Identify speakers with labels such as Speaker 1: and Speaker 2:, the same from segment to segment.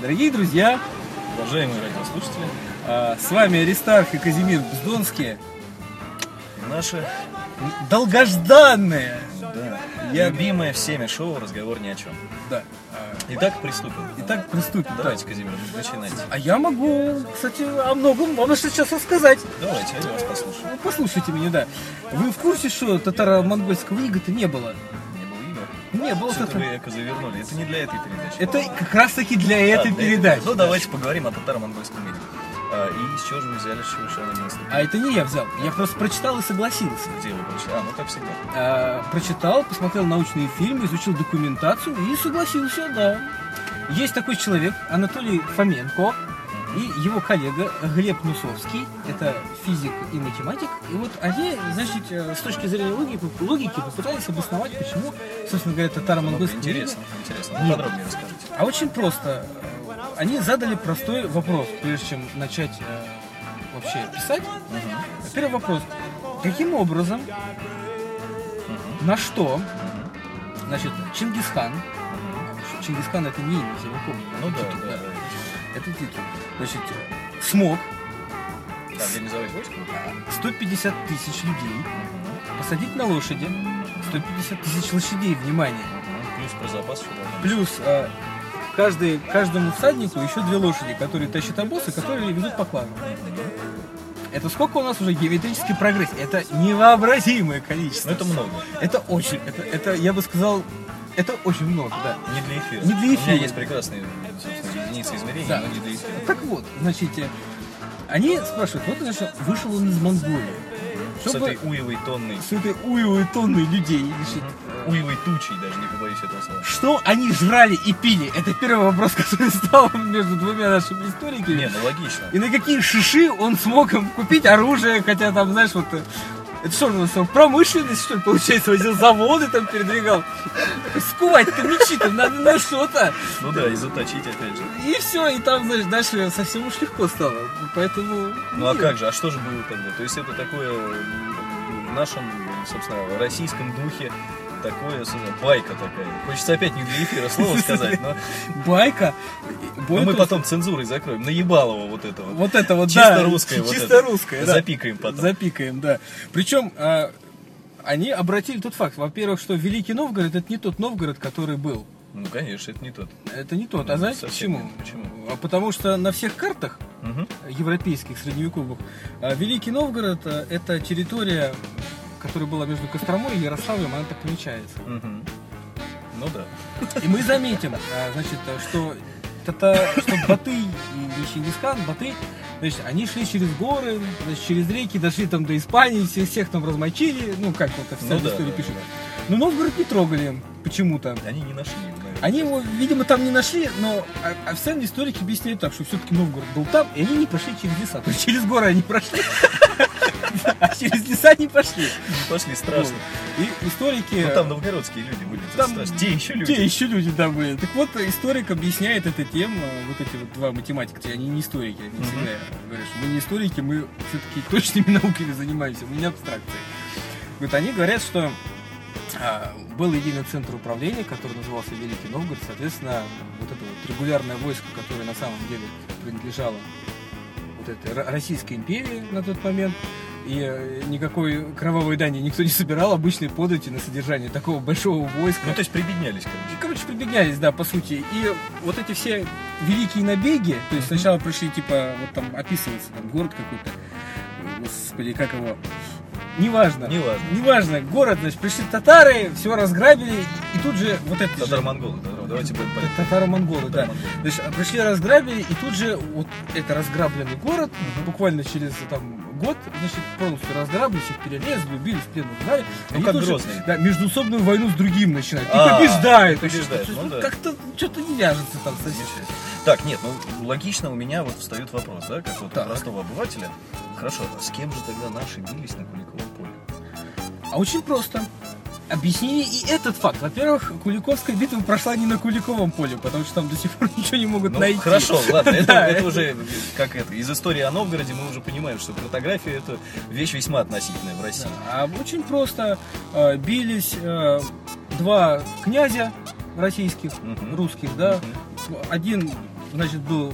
Speaker 1: Дорогие друзья, уважаемые радиослушатели, а, с вами Аристарх и Казимир Бздонские.
Speaker 2: Наше
Speaker 1: Долгожданное!
Speaker 2: да,
Speaker 1: Я-
Speaker 2: любимое всеми шоу «Разговор ни о чем».
Speaker 1: Да. а,
Speaker 2: Итак, приступим.
Speaker 1: Итак, приступим. да.
Speaker 2: давайте, Казимир, начинайте.
Speaker 1: А я могу, кстати, о многом вам что сейчас рассказать.
Speaker 2: Давайте, я вас послушаю.
Speaker 1: Ну, Послушайте меня, да. Вы в курсе, что татаро-монгольского ига-то не было?
Speaker 2: Не было игр.
Speaker 1: Не было
Speaker 2: Что-то
Speaker 1: татар-
Speaker 2: вы эко завернули. Это не для этой передачи.
Speaker 1: Это как раз таки для
Speaker 2: Да,
Speaker 1: этой
Speaker 2: для
Speaker 1: передачи.
Speaker 2: Ну, давайте поговорим о татаро-монгольском мире. А, и с чего же вы взяли, что вы шел
Speaker 1: А это не я взял. Я просто прочитал и согласился.
Speaker 2: Где вы прочитали? А, ну как всегда.
Speaker 1: А, прочитал, посмотрел научные фильмы, изучил документацию и согласился, да. Есть такой человек, Анатолий Фоменко, и его коллега Глеб Нусовский, это физик и математик. И вот они, значит, э, с точки зрения логики, логики попытались обосновать, почему, собственно говоря,
Speaker 2: Ну,
Speaker 1: татаро-монгольский язык
Speaker 2: интересно, интересно. Ну,
Speaker 1: Нет.
Speaker 2: Подробнее расскажите.
Speaker 1: а очень просто. Они задали простой вопрос, прежде чем начать э, вообще писать. Первый вопрос. Каким образом, на что, значит, Чингисхан, Чингисхан это не имя, я не помню.
Speaker 2: Ну да,
Speaker 1: Титул,
Speaker 2: да, да.
Speaker 1: Это титул. Значит, смог
Speaker 2: Да, Организовать войско?
Speaker 1: 150 тысяч людей
Speaker 2: Мгм.
Speaker 1: посадить на лошади, 150 тысяч лошадей, внимание,
Speaker 2: Мгм. ну, Плюс про запас еще должно быть.
Speaker 1: Плюс э, каждый, каждому всаднику еще две лошади, которые тащат обоз и которые ведут поклажу. Это сколько у нас уже геометрический прогресс? Это невообразимое количество.
Speaker 2: Ну, это много.
Speaker 1: Это очень, это, это, я бы сказал, это очень много, да.
Speaker 2: Не для эфира.
Speaker 1: Не для
Speaker 2: У
Speaker 1: эфира.
Speaker 2: меня есть прекрасные собственно, единицы измерения,
Speaker 1: Да.
Speaker 2: но не для эфира.
Speaker 1: Так вот, значит, э, они спрашивают, вот, значит, вышел он из Монголии.
Speaker 2: С
Speaker 1: Чтобы
Speaker 2: этой уевой тонной,
Speaker 1: с этой уевой тонной людей, значит, э,
Speaker 2: уевой тучей, даже не побоюсь этого слова.
Speaker 1: что они жрали и пили? Это первый вопрос, который стал между двумя нашими историками.
Speaker 2: Не, ну логично.
Speaker 1: И на какие шиши он смог им купить оружие, хотя там, знаешь, вот... э, Это что же у нас там, промышленность, что ли, получается, возил заводы там передвигал? Скувать-то мечи там надо на что-то.
Speaker 2: Ну да, и заточить опять же.
Speaker 1: И все, и там, знаешь, дальше совсем уж легко стало. Поэтому...
Speaker 2: Ну а
Speaker 1: нет.
Speaker 2: как же, а что же было тогда? То есть это такое м, в нашем, собственно, российском духе такое, собственно, байка такая. Хочется опять не для эфира слово сказать, но,
Speaker 1: Байка.
Speaker 2: но
Speaker 1: Более
Speaker 2: Ну, мы
Speaker 1: того,
Speaker 2: потом цензурой закроем. Наебалово вот это вот.
Speaker 1: Вот это вот,
Speaker 2: Чисто
Speaker 1: да.
Speaker 2: русское вот
Speaker 1: Чисто
Speaker 2: это.
Speaker 1: русское, да.
Speaker 2: Запикаем потом.
Speaker 1: Запикаем, да. Причем а, они обратили тот факт, во-первых, что Великий Новгород это не тот Новгород, который был.
Speaker 2: Ну конечно, это не тот.
Speaker 1: Это не тот.
Speaker 2: Ну,
Speaker 1: А знаете
Speaker 2: совсем
Speaker 1: почему?
Speaker 2: не- почему?
Speaker 1: А Потому что на всех картах
Speaker 2: Мгм.
Speaker 1: европейских, средневековых, а, Великий Новгород а, это территория, которая была между Костромой и Ярославлем, она так помечается.
Speaker 2: Мгм. Ну да.
Speaker 1: И мы заметим, а, значит, а, что, тата- что Батый и Чингисхан, Батый, значит, они шли через горы, значит, через реки, дошли там до Испании, всех, всех там размочили, ну, как вот официальная
Speaker 2: да,
Speaker 1: история
Speaker 2: да,
Speaker 1: пишет.
Speaker 2: да.
Speaker 1: Но Новгород не трогали почему-то.
Speaker 2: Они не нашли его, наверное.
Speaker 1: Они его, видимо, там не нашли, но а, о- официальные историки объясняют так, что все-таки Новгород был там, и они не пошли через леса. То есть через горы они прошли, а через леса не пошли.
Speaker 2: Пошли страшно.
Speaker 1: И историки...
Speaker 2: Ну там новгородские люди были. это
Speaker 1: Э, Там
Speaker 2: страшно. Те еще люди.
Speaker 1: Те еще люди там были. Так вот, историк объясняет это тем, э, вот эти вот два математика, те, они не историки, они
Speaker 2: Мгм.
Speaker 1: всегда говорят, что мы не историки, мы все-таки точными науками занимаемся, мы не абстракцией. Вот они говорят, что а, был единый центр управления, который назывался Великий Новгород, соответственно, вот это вот регулярное войско, которое на самом деле принадлежало вот этой Ро- Российской империи на тот момент, и э, никакой кровавой дани никто не собирал, обычные подати на содержание такого большого войска.
Speaker 2: Ну то есть прибеднялись, короче.
Speaker 1: И, короче, прибеднялись, да, по сути. И вот эти все великие набеги, то есть сначала пришли, типа, вот там описывается, там город какой-то, Ой, господи, как его, неважно.
Speaker 2: Неважно.
Speaker 1: Неважно, город, значит, пришли татары, все разграбили, и тут же вот это
Speaker 2: Татар-монголы, да, давайте будем понятны.
Speaker 1: Татаро-монголы, да.
Speaker 2: Татаро-монголы.
Speaker 1: То есть а, пришли, разграбили, и тут же вот это разграбленный город, буквально через там год, значит, полностью разграбили, всех перерезали, убили, в плен угнали.
Speaker 2: Ну,
Speaker 1: Они
Speaker 2: как
Speaker 1: тут же,
Speaker 2: Грозный.
Speaker 1: да, междуусобную войну с другим начинают. И
Speaker 2: А,
Speaker 1: побеждают.
Speaker 2: и побеждают,
Speaker 1: То есть,
Speaker 2: ну
Speaker 1: ну,
Speaker 2: да.
Speaker 1: Как-то что-то не вяжется там совсем.
Speaker 2: Так, нет, ну логично у меня вот встает вопрос, да, как вот у
Speaker 1: Так.
Speaker 2: простого обывателя. Хорошо, а с кем же тогда наши бились на Куликовом поле?
Speaker 1: А очень просто. Объяснили и этот факт. Во-первых, Куликовская битва прошла не на Куликовом поле, потому что там до сих пор ничего не могут
Speaker 2: Ну,
Speaker 1: найти.
Speaker 2: хорошо, ладно, это,
Speaker 1: Да,
Speaker 2: это
Speaker 1: это-
Speaker 2: уже как это, из истории о Новгороде мы уже понимаем, что картография это вещь весьма относительная в России.
Speaker 1: Да, А очень просто э, бились э, два князя российских,
Speaker 2: Мгм.
Speaker 1: русских, да.
Speaker 2: Мгм.
Speaker 1: Один значит, был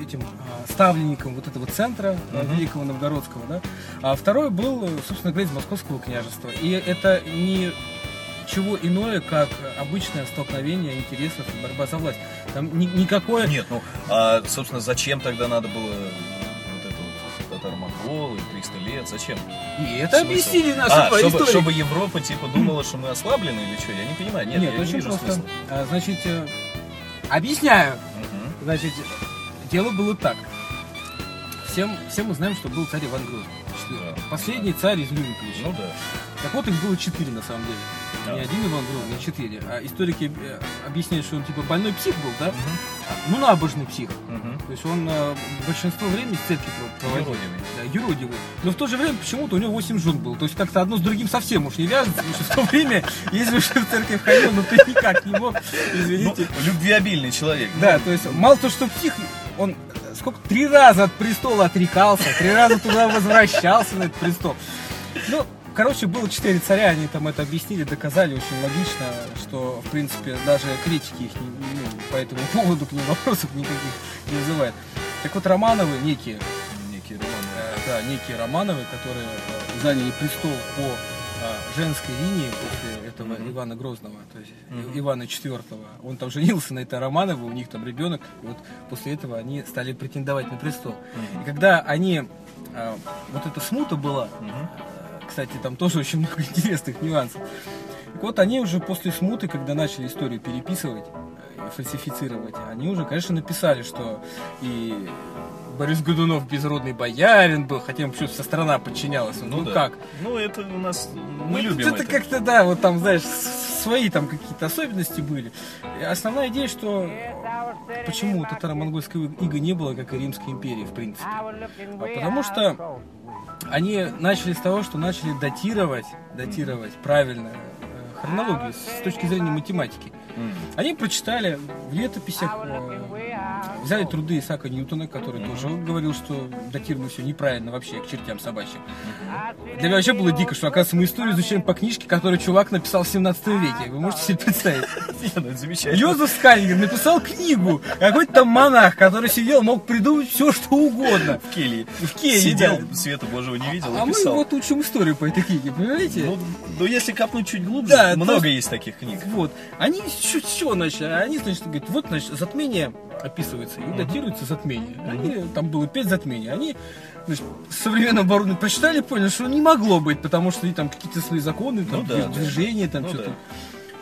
Speaker 1: этим а, ставленником вот этого центра а,
Speaker 2: Мгм.
Speaker 1: Великого Новгородского, да, а второй был, э, собственно говоря, из Московского княжества. И это не чего иное, как обычное столкновение интересов и борьба за власть. Там ни- никакое...
Speaker 2: Нет, ну, а, собственно, зачем тогда надо было вот это вот татаро-монголы, 300 лет, зачем?
Speaker 1: И это
Speaker 2: Смысл?
Speaker 1: объяснили наши
Speaker 2: А,
Speaker 1: истории.
Speaker 2: чтобы, чтобы Европа, типа, думала, что мы ослаблены или что? Я не понимаю, нет, я не
Speaker 1: очень
Speaker 2: вижу
Speaker 1: ну просто.
Speaker 2: смысла.
Speaker 1: А, Значит, э, объясняю.
Speaker 2: Мгм.
Speaker 1: Значит, дело было так. Всем, все мы знаем, что был царь Иван Грозный. четвёртый.
Speaker 2: Да.
Speaker 1: Последний царь из Люриковича.
Speaker 2: Ну да.
Speaker 1: Так вот, их было четыре на самом деле.
Speaker 2: Да.
Speaker 1: Не один Иван Грозный, а четыре. А историки э, объясняют, что он типа больной псих был, да?
Speaker 2: Мгм.
Speaker 1: Ну, набожный псих.
Speaker 2: Мгм.
Speaker 1: То есть он э, большинство времени в церкви про- проводил.
Speaker 2: Юродивый.
Speaker 1: Да, юродивый. Но в то же время почему-то у него 8 жен было. То есть как-то одно с другим совсем уж не вяжется, потому что в то время, если уж ты в церковь ходил, но ты никак не мог,
Speaker 2: Ну,
Speaker 1: извините.
Speaker 2: любвеобильный человек.
Speaker 1: Да, то есть мало то, что псих, он э, сколько три раза от престола отрекался, три раза туда возвращался на этот престол. Ну, короче, было четыре царя, они там это объяснили, доказали очень логично, что, в принципе, даже критики их не- ну, по этому поводу к ним вопросов никаких не вызывает. Так вот, Романовы некие,
Speaker 2: ну, Некий роман.
Speaker 1: э, да, некие Романовы, которые э, заняли престол по э, женской линии после этого
Speaker 2: Мгм.
Speaker 1: Ивана Грозного, то есть И-
Speaker 2: Мгм.
Speaker 1: Ивана IV. Он там женился на этой Романовой, у них там ребенок, и вот после этого они стали претендовать на престол. И когда они, э, вот эта смута была,
Speaker 2: Мгм.
Speaker 1: э, кстати, там тоже очень много интересных нюансов. Так вот, они уже после смуты, когда начали историю переписывать э, и фальсифицировать, они уже, конечно, написали, что и Борис Годунов безродный боярин был, хотя ему почему-то вся страна подчинялась. Ну,
Speaker 2: да.
Speaker 1: как?
Speaker 2: Ну, это у нас...
Speaker 1: Ну,
Speaker 2: Мы
Speaker 1: это-
Speaker 2: любим
Speaker 1: это.
Speaker 2: это.
Speaker 1: как-то, да, вот там, знаешь, с- свои там какие-то особенности были. И основная идея, что почему татаро-монгольской иго не было, как и Римской империи, в принципе.
Speaker 3: Потому что
Speaker 1: Они начали с того, что начали датировать, датировать правильно э, хронологию с с точки зрения математики.
Speaker 2: Мгм.
Speaker 1: Они прочитали в летописях, э, взяли труды Исаака Ньютона, который тоже говорил, что датировано все неправильно вообще, к чертям собачьим. Для меня вообще было дико, что, оказывается, мы историю изучаем по книжке, которую чувак написал в 17 веке. Вы можете себе представить?
Speaker 2: Не, ну, это замечательно.
Speaker 1: Йозеф Скальнер написал книгу. Какой-то там монах, который сидел, мог придумать все, что угодно.
Speaker 2: В келье.
Speaker 1: В Кении, да.
Speaker 2: Сидел, света божьего не видел
Speaker 1: А
Speaker 2: и
Speaker 1: мы
Speaker 2: писал.
Speaker 1: вот учим историю по этой книге, понимаете?
Speaker 2: Ну, ну, если копнуть чуть глубже,
Speaker 1: Да, Ну,
Speaker 2: много
Speaker 1: то
Speaker 2: есть таких книг.
Speaker 1: Вот. Они чуть все начали. Они, значит, говорят, вот, значит, затмение описывается и датируется затмение. Они, там было пять затмений. Они, значит, современное оборудование прочитали, поняли, что не могло быть, потому что и там какие-то свои законы, там
Speaker 2: Ну да,
Speaker 1: движ-
Speaker 2: да.
Speaker 1: движения, там
Speaker 2: Ну
Speaker 1: что-то.
Speaker 2: да.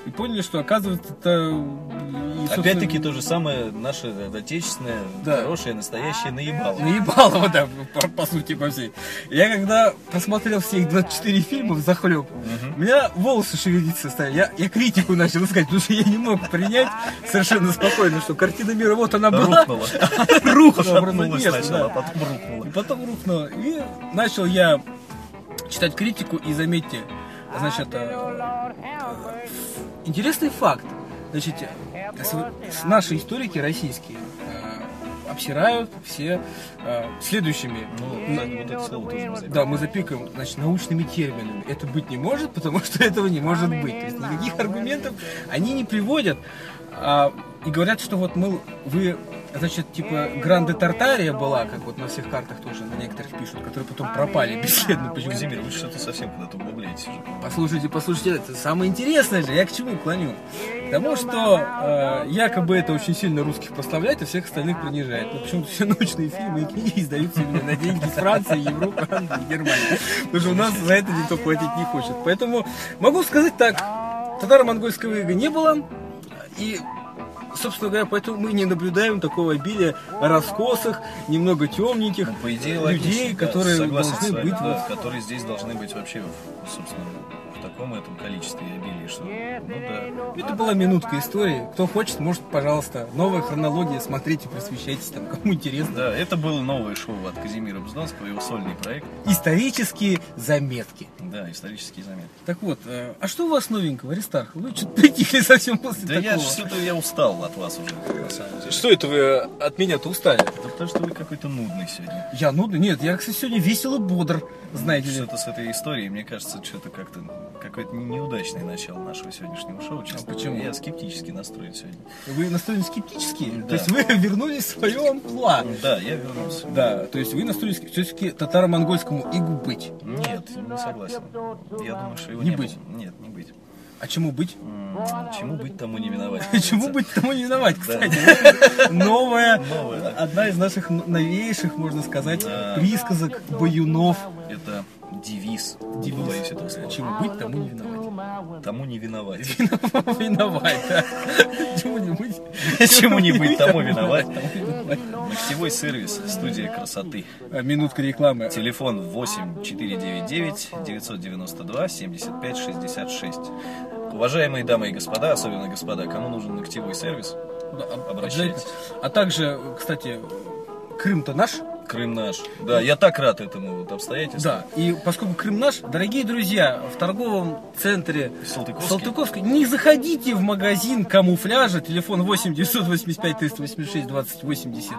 Speaker 1: И поняли, что оказывается это... и, собственно,
Speaker 2: Опять-таки то же самое наше отечественное,
Speaker 1: Да.
Speaker 2: хорошее, настоящее наебало.
Speaker 1: Наебалово, да, по, по сути, по всей. Я когда посмотрел все их 24 фильма в захлеб, у меня волосы шевелиться стали. Я, я критику начал искать, потому что я не мог принять совершенно спокойно, что картина мира вот она была,
Speaker 2: Рухнуло.
Speaker 1: рухнула.
Speaker 2: Шатнулось
Speaker 1: просто,
Speaker 2: сначала,
Speaker 1: да.
Speaker 2: а потом
Speaker 1: И
Speaker 2: рухнуло.
Speaker 1: потом рухнула. И начал я читать критику, и заметьте, значит, э, интересный факт. Значит, э, с- с- наши историки российские э, обсирают все э, следующими
Speaker 2: Ну, так, вот это слово тоже мы забыли.
Speaker 1: Да, мы запикаем, значит, научными терминами. Это быть не может, потому что этого не может быть. То есть никаких аргументов они не приводят. а, и говорят, что вот мы, вы, значит, типа Гранде Тартария была, как вот на всех картах тоже на некоторых пишут, которые потом пропали бесследно. Почему?
Speaker 2: Казимир, вы что-то совсем куда-то углубляетесь уже.
Speaker 1: Послушайте, послушайте, это самое интересное же, я к чему клоню? К тому, что э, якобы это очень сильно русских прославляет, а всех остальных принижает. Но почему-то все научные фильмы и книги издаются именно на деньги из Франции, Европы, Англии, Германии. Потому что у нас за это никто платить не хочет. Поэтому могу сказать так, татаро-монгольского ига не было, и Собственно говоря, поэтому мы не наблюдаем такого обилия раскосых, немного темненьких
Speaker 2: Ну, по идее, логично,
Speaker 1: людей,
Speaker 2: да,
Speaker 1: которые
Speaker 2: согласен с
Speaker 1: должны
Speaker 2: вами,
Speaker 1: быть
Speaker 2: да,
Speaker 1: вот
Speaker 2: которые здесь должны быть вообще, в- собственно, в таком этом количестве и обилии, что, ну
Speaker 1: Это была минутка истории. Кто хочет, может, пожалуйста. Новая хронология, смотрите, просвещайтесь там, кому
Speaker 2: да.
Speaker 1: интересно.
Speaker 2: Да, это было новое шоу от Казимира Бздонского, его сольный проект.
Speaker 1: Исторические заметки.
Speaker 2: Да. Да, исторические заметки.
Speaker 1: Так вот, э, а что у вас новенького, Аристарх? Вы что-то притихли совсем после
Speaker 2: Да
Speaker 1: такого.
Speaker 2: я что-то я устал от вас уже, на самом деле.
Speaker 1: Что это вы от меня-то устали?
Speaker 2: Да потому что вы какой-то нудный сегодня.
Speaker 1: Я нудный? Нет, я, кстати, сегодня весело бодр, знаете ли.
Speaker 2: Что-то с этой историей, мне кажется, что-то как-то ну, какое-то неудачное начало нашего сегодняшнего шоу. Честно.
Speaker 1: А почему?
Speaker 2: Я скептически настроен сегодня.
Speaker 1: Вы настроены скептически?
Speaker 2: Да.
Speaker 1: То есть вы вернулись в свое амплуа?
Speaker 2: Да, я вернулся.
Speaker 1: Да, то есть вы настроены все-таки татаро-монгольскому игу быть.
Speaker 2: Нет, не согласен. Я думаю, что его
Speaker 1: Не
Speaker 2: не,
Speaker 1: быть.
Speaker 2: было. Нет, не быть.
Speaker 1: А чему быть?
Speaker 2: М, Чему быть тому не виноват.
Speaker 1: Чему быть тому не виноват, кстати. Новая,
Speaker 2: Новая.
Speaker 1: одна из наших н- новейших, можно сказать,
Speaker 2: Да.
Speaker 1: присказок баюнов.
Speaker 2: Это девиз. Не
Speaker 1: Девиз.
Speaker 2: боюсь этого слова.
Speaker 1: Чему быть, тому не виноват.
Speaker 2: Тому не виноват.
Speaker 1: Виноват, да. Чему не быть.
Speaker 2: Чему не быть, тому виноват.
Speaker 1: виноват.
Speaker 2: Ногтевой сервис, студия красоты.
Speaker 1: А, Минутка рекламы.
Speaker 2: Телефон 8499 992 75 66. Уважаемые дамы и господа, особенно господа, кому нужен ногтевой сервис,
Speaker 1: Да, об-
Speaker 2: обращайтесь.
Speaker 1: обязательно. А также, кстати, Крым-то наш.
Speaker 2: Крым наш. Да, я так рад этому вот обстоятельству.
Speaker 1: Да. И поскольку Крым наш, дорогие друзья, в торговом центре
Speaker 2: Салтыковский.
Speaker 1: Салтыковской не заходите в магазин камуфляжа, телефон 8 985 386 20 80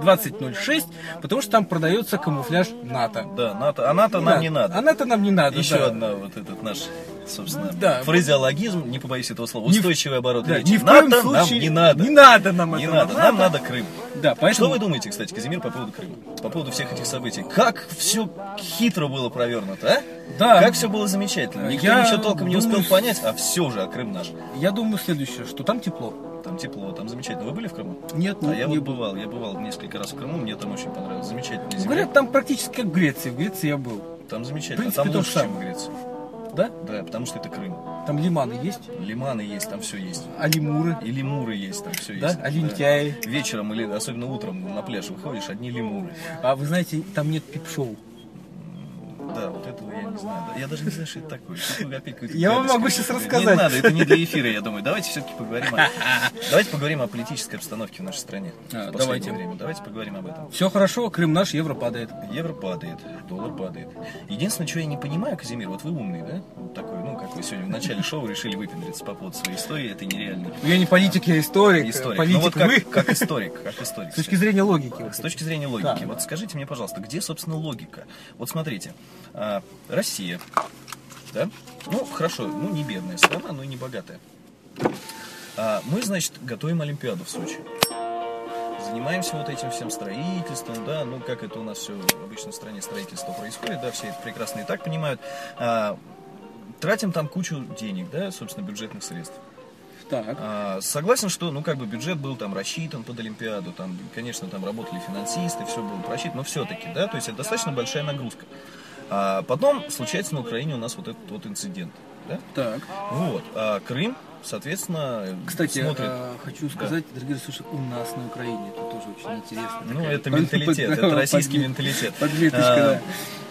Speaker 1: 2006, потому что там продается камуфляж НАТО.
Speaker 2: Да, НАТО. А НАТО нам не надо.
Speaker 1: А НАТО нам не надо.
Speaker 2: Еще
Speaker 1: да.
Speaker 2: одна вот этот наш, собственно,
Speaker 1: Да.
Speaker 2: фразеологизм, не побоюсь этого слова,
Speaker 1: Ни в-
Speaker 2: устойчивый оборот
Speaker 1: Да,
Speaker 2: речи.
Speaker 1: ни в
Speaker 2: НАТО
Speaker 1: коем случае
Speaker 2: нам не надо.
Speaker 1: Не надо нам
Speaker 2: Не
Speaker 1: это.
Speaker 2: надо. Нам надо Крым.
Speaker 1: Да,
Speaker 2: Что
Speaker 1: поэтому...
Speaker 2: вы думаете, кстати, Казимир, по поводу Крыма? По поводу всех этих событий. Как все хитро было провернуто, а?
Speaker 1: Да.
Speaker 2: Как все было замечательно. Никто
Speaker 1: Я
Speaker 2: ничего толком не успел
Speaker 1: думаю,
Speaker 2: понять, а все уже, а Крым наш.
Speaker 1: Я думаю следующее, что там тепло.
Speaker 2: Там тепло, там замечательно. Вы были в Крыму?
Speaker 1: Нет,
Speaker 2: А
Speaker 1: не-
Speaker 2: я
Speaker 1: не
Speaker 2: вот
Speaker 1: был.
Speaker 2: бывал, я бывал несколько раз в Крыму, мне там очень понравилось. Замечательная земля.
Speaker 1: Говорят, там практически как в Греции. В Греции я был.
Speaker 2: Там
Speaker 1: в
Speaker 2: замечательно,
Speaker 1: принципе,
Speaker 2: там
Speaker 1: то же
Speaker 2: лучше, чем
Speaker 1: самое.
Speaker 2: в Греции.
Speaker 1: Да?
Speaker 2: Да, потому что это Крым.
Speaker 1: Там лиманы есть,
Speaker 2: Лиманы есть, там все есть.
Speaker 1: а лемуры.
Speaker 2: И лемуры есть, там все
Speaker 1: Да,
Speaker 2: есть.
Speaker 1: а лентяи?
Speaker 2: Да. Вечером или особенно утром на пляж выходишь, одни лемуры.
Speaker 1: А вы знаете, там нет пип-шоу.
Speaker 2: Да, вот этого я не знаю. Да. Я даже не знаю, что это такое. Что вы опять какую-то
Speaker 1: Я вам
Speaker 2: гадость
Speaker 1: могу
Speaker 2: какую-то
Speaker 1: щас
Speaker 2: говорите.
Speaker 1: рассказать.
Speaker 2: Не надо, это не для эфира, я думаю. Давайте все-таки поговорим о... Давайте поговорим о политической обстановке в нашей стране. в
Speaker 1: А,
Speaker 2: последнее
Speaker 1: давайте.
Speaker 2: Время. Давайте поговорим об этом.
Speaker 1: Все хорошо, Крым наш, евро падает.
Speaker 2: Евро падает, доллар падает. Единственное, чего я не понимаю, Казимир, вот вы умный, да? Вот такой, ну, как вы сегодня в начале шоу решили выпендриться по поводу своей истории, это нереально.
Speaker 1: Ну, Я не политик, я историк.
Speaker 2: Историк.
Speaker 1: э, Политик
Speaker 2: ну, вот как,
Speaker 1: вы.
Speaker 2: как историк, как историк.
Speaker 1: С точки зрения логики. вот
Speaker 2: С точки зрения логики,
Speaker 1: Да.
Speaker 2: вот скажите мне, пожалуйста, где, собственно, логика? Вот смотрите, а, Россия, да? Ну, хорошо, ну, не бедная страна, но и не богатая. А, мы, значит, готовим Олимпиаду в Сочи. Занимаемся вот этим всем строительством, да, ну, как это у нас все обычно в стране строительство происходит, да, все это прекрасно и так понимают. А, тратим там кучу денег, да, собственно, бюджетных средств.
Speaker 1: Так.
Speaker 2: А, Согласен, что, ну, как бы бюджет был там рассчитан под Олимпиаду, там, конечно, там работали финансисты, все было просчитано, но все-таки, да, то есть это достаточно большая нагрузка. А потом случается на Украине у нас вот этот вот инцидент, да?
Speaker 1: Так.
Speaker 2: Вот, а Крым, соответственно,
Speaker 1: Кстати,
Speaker 2: смотрит...
Speaker 1: э, хочу сказать, дорогие слушатели, у нас на Украине это тоже очень интересно.
Speaker 2: Ну,
Speaker 1: Такая
Speaker 2: это
Speaker 1: под-
Speaker 2: менталитет,
Speaker 1: под-
Speaker 2: это российский
Speaker 1: подме-
Speaker 2: менталитет.
Speaker 1: Подметочка,
Speaker 2: А,
Speaker 1: да.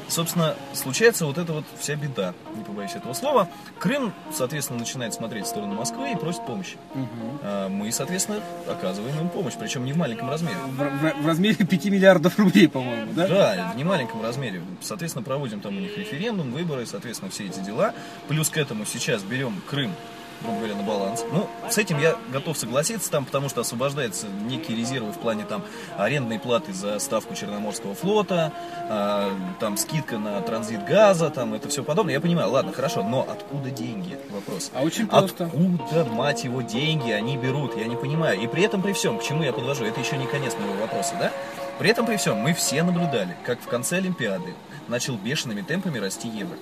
Speaker 2: Собственно, случается вот эта вот вся беда, не побоюсь этого слова. Крым, соответственно, начинает смотреть в сторону Москвы и просит помощи.
Speaker 1: Мгм.
Speaker 2: А Мы, соответственно, оказываем им помощь, причем не в маленьком размере.
Speaker 1: В, в- в размере 5 миллиардов рублей, по-моему, да?
Speaker 2: Да, в немаленьком размере. Соответственно, проводим там у них референдум, выборы, соответственно, все эти дела. Плюс к этому сейчас берем Крым, грубо говоря, на баланс. Ну, с этим я готов согласиться там, потому что освобождаются некие резервы в плане там арендной платы за ставку Черноморского флота, а, там скидка на транзит газа, там это все подобное. Я понимаю, ладно, хорошо, но откуда деньги? Вопрос.
Speaker 1: А очень просто.
Speaker 2: Откуда, мать его, деньги они берут? Я не понимаю. И при этом, при всем, к чему я подвожу, это еще не конец моего вопроса, да? При этом, при всем, мы все наблюдали, как в конце Олимпиады начал бешеными темпами расти евро.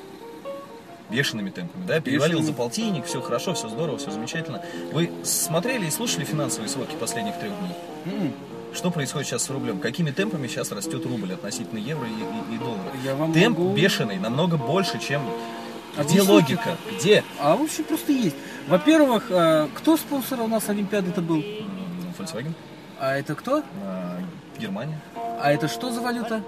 Speaker 2: Бешеными темпами, да? Перевалил
Speaker 1: Бешеными.
Speaker 2: за полтинник, все хорошо, все здорово, все замечательно. Вы смотрели и слушали финансовые сводки последних трех дней?
Speaker 1: М.
Speaker 2: Что происходит сейчас с рублем? Какими темпами сейчас растет рубль относительно евро и, и- и доллара?
Speaker 1: Я вам
Speaker 2: Темп
Speaker 1: могу-
Speaker 2: бешеный, намного больше, чем...
Speaker 1: А
Speaker 2: Где
Speaker 1: вы
Speaker 2: логика? Где?
Speaker 1: А вообще просто есть. Во-первых, э, кто спонсор у нас Олимпиады-то был?
Speaker 2: М, Volkswagen?
Speaker 1: А это кто?
Speaker 2: А, Германия,
Speaker 1: А это что за валюта?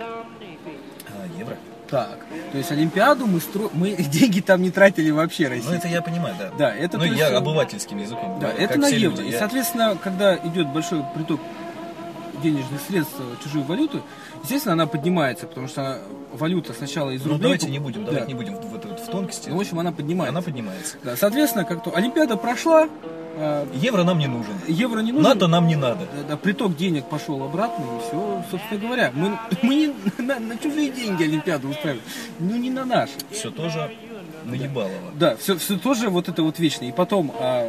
Speaker 2: А, евро.
Speaker 1: Так, то есть Олимпиаду мы стро... мы деньги там не тратили вообще
Speaker 2: Ну,
Speaker 1: российские.
Speaker 2: это я понимаю, да.
Speaker 1: Да, это
Speaker 2: ну,
Speaker 1: то есть,
Speaker 2: я
Speaker 1: э,
Speaker 2: обывательским языком.
Speaker 1: Да,
Speaker 2: говорю,
Speaker 1: это
Speaker 2: как
Speaker 1: на
Speaker 2: все
Speaker 1: евро.
Speaker 2: люди.
Speaker 1: И,
Speaker 2: Я-
Speaker 1: соответственно, когда идет большой приток денежных средств э, чужую валюту, естественно, она поднимается, потому что валюта сначала из
Speaker 2: Ну,
Speaker 1: рублей...
Speaker 2: давайте
Speaker 1: пок-
Speaker 2: не будем,
Speaker 1: Да.
Speaker 2: давайте не будем в, в- в- в тонкости.
Speaker 1: Ну, в общем, она поднимается.
Speaker 2: Она поднимается.
Speaker 1: Да, соответственно, как то Олимпиада прошла, э,
Speaker 2: Евро нам не нужен.
Speaker 1: евро не нужен.
Speaker 2: НАТО нам не надо.
Speaker 1: Да, да, приток денег пошел обратно, и все, собственно говоря. Мы, мы не на, на чужие деньги Олимпиаду устраиваем, ну не на наши.
Speaker 2: Все тоже наебалово.
Speaker 1: Да, все, все тоже вот это вот вечно. И потом а,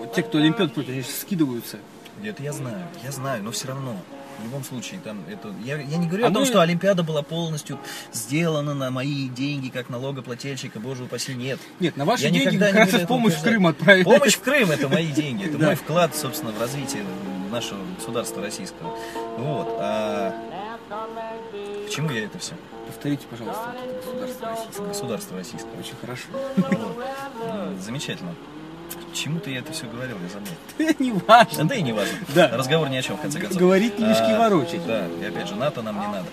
Speaker 1: вот те, кто Олимпиаду против, они же скидываются.
Speaker 2: Это я знаю, я знаю, но все равно. В любом случае, там это. Я, я не говорю
Speaker 1: А
Speaker 2: о том,
Speaker 1: мы-
Speaker 2: что Олимпиада была полностью сделана на мои деньги, как налогоплательщика, боже упаси, нет.
Speaker 1: Нет, на ваши
Speaker 2: Я
Speaker 1: деньги
Speaker 2: никогда
Speaker 1: как
Speaker 2: не
Speaker 1: раз
Speaker 2: буду
Speaker 1: их
Speaker 2: этого
Speaker 1: помощь в
Speaker 2: утверждать.
Speaker 1: Крым отправили.
Speaker 2: Помощь в Крым это мои деньги, это
Speaker 1: Да.
Speaker 2: мой вклад, собственно, в развитие нашего государства российского. Вот. А к чему я это все?
Speaker 1: Повторите, пожалуйста, вот это государство российское.
Speaker 2: Государство российское.
Speaker 1: Очень хорошо.
Speaker 2: Вот. М, Замечательно. К Чему-то я это все говорил, я забыл.
Speaker 1: Не важно.
Speaker 2: Да и не важно.
Speaker 1: Да.
Speaker 2: Разговор ни о чем, в конце концов.
Speaker 1: Говорить не мешки
Speaker 2: А,
Speaker 1: ворочать.
Speaker 2: Да, и опять же, НАТО нам не надо.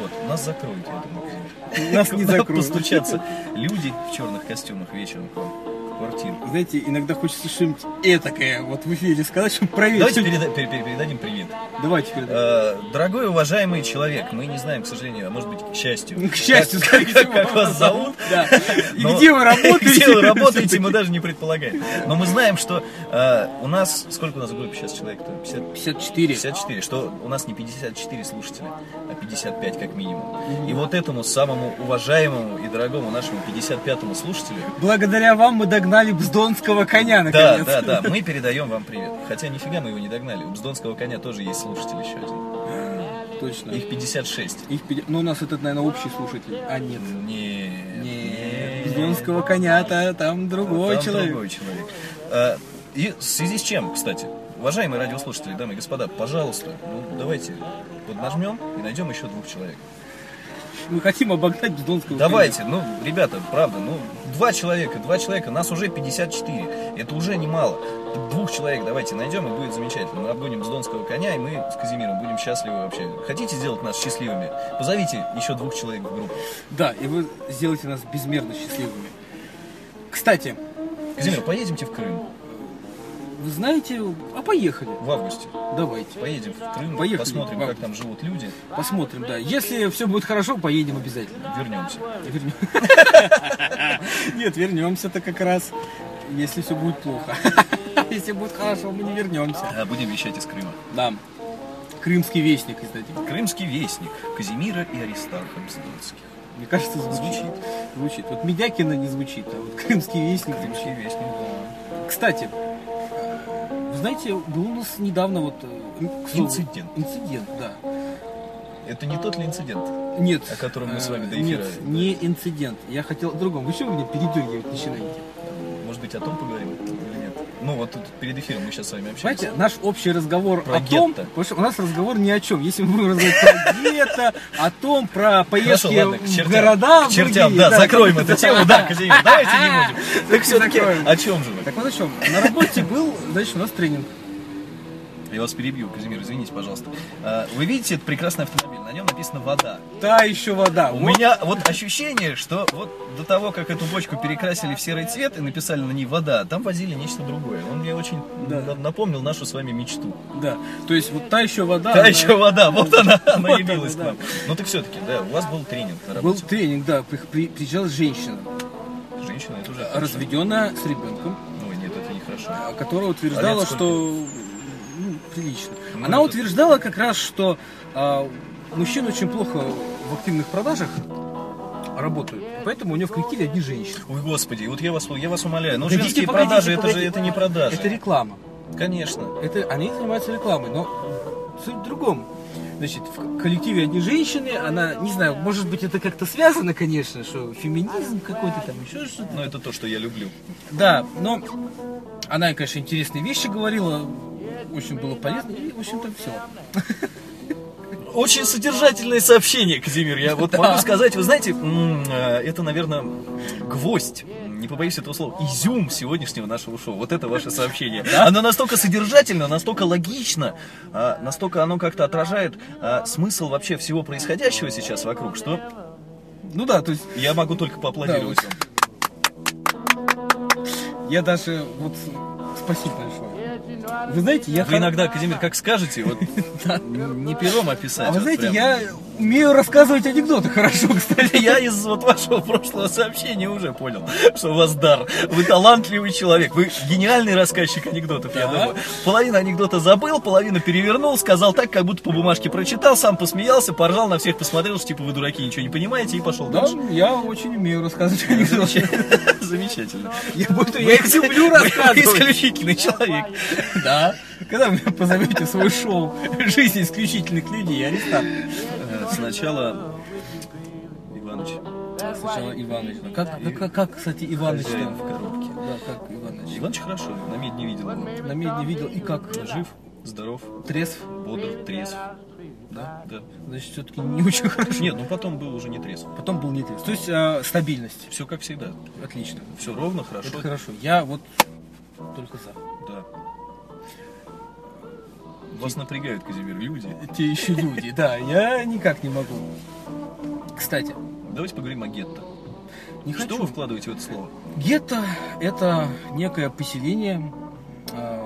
Speaker 2: Вот, нас закроют, я думаю.
Speaker 1: Нас не
Speaker 2: Куда
Speaker 1: закроют.
Speaker 2: постучатся люди в черных костюмах вечером к вам в квартиру.
Speaker 1: Знаете, иногда хочется что-нибудь этакое вот в эфире сказать, чтобы проверить.
Speaker 2: Давайте переда- пере- пере- передадим привет.
Speaker 1: Давайте передаем.
Speaker 2: Э, Дорогой уважаемый человек, мы не знаем, к сожалению, а может быть, к счастью.
Speaker 1: Ну, К счастью,
Speaker 2: как-
Speaker 1: скорее
Speaker 2: как-
Speaker 1: всего,
Speaker 2: как вас зовут.
Speaker 1: Да. И
Speaker 2: Но-
Speaker 1: где вы работаете?
Speaker 2: Где вы работаете, мы даже не предполагаем. Но мы знаем, что э, у нас... Сколько у нас в группе сейчас человек-то? 50
Speaker 1: 54.
Speaker 2: 54, что у нас не 54 слушателя, а 55 как минимум. И вот этому самому уважаемому и дорогому нашему 55-му слушателю,
Speaker 1: Благодаря вам мы догнали бздонского коня,
Speaker 2: да,
Speaker 1: наконец.
Speaker 2: да, да, мы передаем вам привет. Хотя нифига мы его не догнали. У Бздонского коня тоже есть слушатель еще один.
Speaker 1: Точно.
Speaker 2: Их 56.
Speaker 1: Их пяти- Ну, у нас этот, наверное, общий слушатель. А, нет.
Speaker 2: Не,
Speaker 1: Нет. Бздонского коня-то там другой
Speaker 2: Там
Speaker 1: человек.
Speaker 2: другой человек. А, И в связи с чем, кстати, уважаемые радиослушатели, дамы и господа, пожалуйста, ну, давайте поднажмем и найдем еще двух человек.
Speaker 1: Мы хотим обогнать бздонского
Speaker 2: Давайте, ну, ребята, правда, ну, два человека, два человека, нас уже 54, это уже немало. Двух человек давайте найдем, и будет замечательно. Мы обгоним Донского коня, и мы с Казимиром будем счастливы вообще. Хотите сделать нас счастливыми? Позовите еще двух человек в группу.
Speaker 1: Да, и вы сделаете нас безмерно счастливыми. Кстати,
Speaker 2: Казимир, поедемте в Крым
Speaker 1: вы знаете... А поехали.
Speaker 2: в августе.
Speaker 1: Давайте.
Speaker 2: Поедем в Крым,
Speaker 1: Поехали
Speaker 2: посмотрим,
Speaker 1: в
Speaker 2: как
Speaker 1: августе.
Speaker 2: там живут люди,
Speaker 1: Посмотрим, да. Если все будет хорошо, поедем обязательно.
Speaker 2: вернемся.
Speaker 1: Вернем- Нет, вернемся-то как раз, если все будет плохо. Если будет хорошо, мы не вернемся.
Speaker 2: А будем вещать из Крыма.
Speaker 1: Да. Крымский вестник, кстати.
Speaker 2: Крымский вестник Казимира и Аристарха Бздонских.
Speaker 1: Мне кажется, звучит.
Speaker 2: Звучит.
Speaker 1: Звучит. Вот Медякина не звучит, а вот Крымский вестник звучит.
Speaker 2: Крымский вестник, да.
Speaker 1: Кстати, э, вы знаете, был у нас недавно вот... э, к слову,
Speaker 2: Инцидент.
Speaker 1: Инцидент, да.
Speaker 2: Это не тот ли инцидент?
Speaker 1: Нет.
Speaker 2: О котором мы с вами
Speaker 1: э,
Speaker 2: до эфира,
Speaker 1: Нет,
Speaker 2: да.
Speaker 1: не инцидент. Я хотел о другом. Вы что меня передергивать начинаете?
Speaker 2: Может быть, о том поговорим или нет? Ну, вот тут перед эфиром мы сейчас с вами общаемся.
Speaker 1: Понимаете, наш общий разговор
Speaker 2: Про
Speaker 1: о том,
Speaker 2: гетто.
Speaker 1: потому что у нас разговор ни о чем. Если мы будем разговаривать про гетто, о том, про поездки
Speaker 2: Хорошо, ладно, к
Speaker 1: в
Speaker 2: чертям.
Speaker 1: города,
Speaker 2: к
Speaker 1: в
Speaker 2: чертям,
Speaker 1: другие,
Speaker 2: да, закроем эту тему, да, Казимир, давайте не будем. Так все-таки,
Speaker 1: Закроем.
Speaker 2: о чем же вы?
Speaker 1: Так вот о чем. На работе был, значит, у нас тренинг.
Speaker 2: Я вас перебью, Казимир, извините, пожалуйста. А, Вы видите этот прекрасный автомобиль, на нем написано «Вода».
Speaker 1: Та еще вода.
Speaker 2: У
Speaker 1: Вот
Speaker 2: меня вот ощущение, что вот до того, как эту бочку перекрасили в серый цвет и написали на ней «Вода», там возили нечто другое. Он мне очень
Speaker 1: Да.
Speaker 2: на- напомнил нашу с вами мечту.
Speaker 1: Да, то есть вот та еще вода.
Speaker 2: Та
Speaker 1: она-
Speaker 2: еще вода, вот она, она
Speaker 1: Вот
Speaker 2: явилась к
Speaker 1: она, да.
Speaker 2: нам. Ну так все-таки, да, у вас был тренинг на
Speaker 1: Был
Speaker 2: работе.
Speaker 1: тренинг, да, при- при- приезжала женщина,
Speaker 2: Женщина, это уже
Speaker 1: А
Speaker 2: хорошо.
Speaker 1: разведенная с ребенком,
Speaker 2: Ой, нет, это нехорошо.
Speaker 1: а, которая утверждала,
Speaker 2: сколько?
Speaker 1: что ну, прилично.
Speaker 2: Ну,
Speaker 1: Она
Speaker 2: это-
Speaker 1: утверждала как раз, что а, мужчины очень плохо в активных продажах работают, поэтому у нее в коллективе одни женщины.
Speaker 2: Ой, господи, вот я вас, я вас умоляю, но
Speaker 1: Погодите,
Speaker 2: женские
Speaker 1: погодите,
Speaker 2: продажи, это же
Speaker 1: погодите.
Speaker 2: это не продажи.
Speaker 1: Это реклама.
Speaker 2: Конечно.
Speaker 1: Это они занимаются рекламой, но суть в другом. Значит, в коллективе одни женщины, она, не знаю, может быть, это как-то связано, конечно, что феминизм какой-то там, еще что-то.
Speaker 2: Но это то, что я люблю.
Speaker 1: Да, но она, конечно, интересные вещи говорила, очень было полезно, и, в общем-то, все.
Speaker 2: Очень содержательное сообщение, Казимир. Я вот
Speaker 1: Да.
Speaker 2: могу сказать, вы знаете, м, э, это, наверное, гвоздь, не побоюсь этого слова, изюм сегодняшнего нашего шоу. Вот это ваше сообщение. Оно настолько содержательно, настолько логично, а, настолько оно как-то отражает а, смысл вообще всего происходящего сейчас вокруг, что
Speaker 1: Ну да, то есть
Speaker 2: я могу только поаплодировать.
Speaker 1: я даже вот с- спасибо большое. Вы знаете, я...
Speaker 2: Вы
Speaker 1: хор-
Speaker 2: иногда, Казимир, как скажете, вот не пером описать.
Speaker 1: А вы
Speaker 2: вот
Speaker 1: знаете,
Speaker 2: прям.
Speaker 1: я умею рассказывать анекдоты хорошо, кстати.
Speaker 2: Я из вот вашего прошлого сообщения уже понял, что у вас дар. Вы талантливый человек. Вы гениальный рассказчик анекдотов, я
Speaker 1: Да.
Speaker 2: думаю. Половина анекдота забыл, половину перевернул, сказал так, как будто по бумажке прочитал, сам посмеялся, поржал, на всех посмотрел, что типа вы дураки, ничего не понимаете, и пошел
Speaker 1: Да,
Speaker 2: дальше.
Speaker 1: я очень умею рассказывать анекдоты.
Speaker 2: Замечательно.
Speaker 1: Я, буду, Ну, я их люблю рассказывать.
Speaker 2: Исключительный человек.
Speaker 1: Да. Когда вы меня позовете в свой шоу «Жизнь исключительных людей», Арестант.
Speaker 2: Э, Сначала Иваныч.
Speaker 1: Сначала Иваныч. Ну, Как, как, как, как, кстати, Иваныч
Speaker 2: Хозяин
Speaker 1: там
Speaker 2: в коробке.
Speaker 1: Да, как Иваныч.
Speaker 2: Иваныч хорошо, на медне не видел. его.
Speaker 1: На медне видел и как жив,
Speaker 2: Жив, здоров,
Speaker 1: трезв.
Speaker 2: бодр, трезв. Да, да.
Speaker 1: Значит, все-таки не очень хорошо.
Speaker 2: Нет, ну потом был уже не трезв.
Speaker 1: Потом был не трезв. То есть э, стабильность.
Speaker 2: Все как всегда.
Speaker 1: Отлично.
Speaker 2: Все ровно, хорошо.
Speaker 1: Это хорошо. Я вот только за.
Speaker 2: Да. Вас напрягают, Казимир, люди.
Speaker 1: Те еще люди, да, я никак не могу. Кстати,
Speaker 2: Давайте поговорим о гетто.
Speaker 1: не
Speaker 2: Что
Speaker 1: хочу.
Speaker 2: вы вкладываете в это слово?
Speaker 1: Гетто – это некое поселение, э,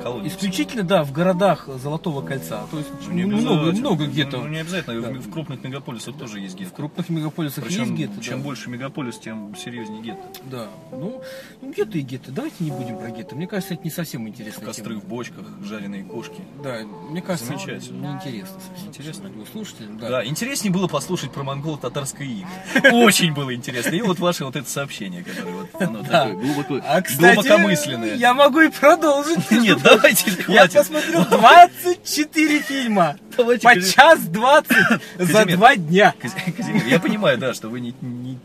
Speaker 2: Колония.
Speaker 1: исключительно, да, в городах Золотого Кольца. То есть много,
Speaker 2: обязательно.
Speaker 1: много гетто.
Speaker 2: Ну, не обязательно,
Speaker 1: Да.
Speaker 2: в- в крупных мегаполисах тоже есть
Speaker 1: В
Speaker 2: гетто.
Speaker 1: крупных мегаполисах
Speaker 2: Причем,
Speaker 1: есть гетто,
Speaker 2: чем
Speaker 1: да.
Speaker 2: больше мегаполис, тем серьезнее гетто.
Speaker 1: Да, ну, ну, гетто и гетто. Давайте не будем про гетто. Мне кажется, это не совсем интересно.
Speaker 2: Костры в бочках, жареные кошки.
Speaker 1: Да, мне кажется,
Speaker 2: Замечательно.
Speaker 1: неинтересно совсем.
Speaker 2: Интересно.
Speaker 1: Радиослушателям, да.
Speaker 2: Да. интереснее было послушать про монголо-татарское иго. Очень было интересно. И вот ваше вот это сообщение, которое вот оно такое глубоко,
Speaker 1: А, кстати,
Speaker 2: глубокомысленное.
Speaker 1: я могу и продолжить.
Speaker 2: Нет, давайте,
Speaker 1: Я
Speaker 2: хватит.
Speaker 1: посмотрел 24 фильма
Speaker 2: Давайте,
Speaker 1: по
Speaker 2: Кази-
Speaker 1: час 20 за
Speaker 2: Казимир.
Speaker 1: два дня.
Speaker 2: Каз- Казимир, я понимаю, да, что вы, ни- ни- ни-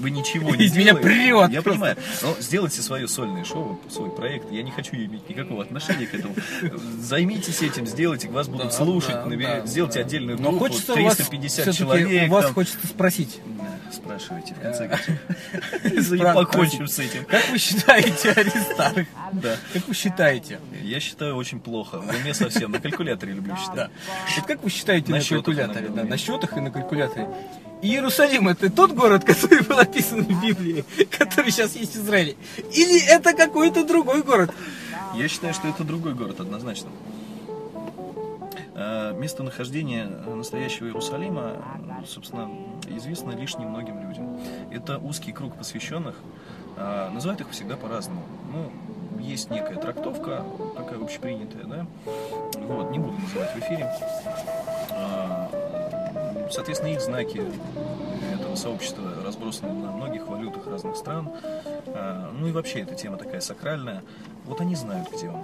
Speaker 2: вы ничего не
Speaker 1: Из меня
Speaker 2: делаете.
Speaker 1: прёт
Speaker 2: Я
Speaker 1: просто.
Speaker 2: понимаю. Но сделайте свое сольное шоу, свой проект. Я не хочу иметь никакого отношения к этому. Займитесь этим, сделайте, вас будут
Speaker 1: Да,
Speaker 2: слушать,
Speaker 1: да,
Speaker 2: набери-
Speaker 1: да,
Speaker 2: сделайте
Speaker 1: да.
Speaker 2: отдельную
Speaker 1: Но
Speaker 2: группу,
Speaker 1: хочется у вас
Speaker 2: 350
Speaker 1: всё-таки-
Speaker 2: человек.
Speaker 1: У вас
Speaker 2: там.
Speaker 1: хочется спросить.
Speaker 2: Да, Спрашивайте, в конце концов. И
Speaker 1: Правда,
Speaker 2: покончим с этим.
Speaker 1: Как вы считаете, Аристарх?
Speaker 2: Да.
Speaker 1: Как вы считаете?
Speaker 2: Я считаю очень плохо. В уме совсем. На калькуляторе люблю считать.
Speaker 1: Вот как вы считаете
Speaker 2: На
Speaker 1: на,
Speaker 2: счётах
Speaker 1: калькуляторе?
Speaker 2: иногда
Speaker 1: Да, на
Speaker 2: умею.
Speaker 1: счетах и на калькуляторе. Иерусалим это тот город, который был описан в Библии, который сейчас есть в Израиле? Или это какой-то другой город?
Speaker 2: Я считаю, что это другой город, однозначно. Э, Местонахождение настоящего Иерусалима, э, собственно, известно лишь немногим людям. Это узкий круг посвященных. э, Называют их всегда по-разному. Ну, есть некая трактовка, такая общепринятая, да? Вот, не буду называть в эфире. Э, Соответственно, их знаки этого сообщества разбросаны на многих валютах разных стран. Э, Ну и вообще эта тема такая сакральная. Вот они знают, где он.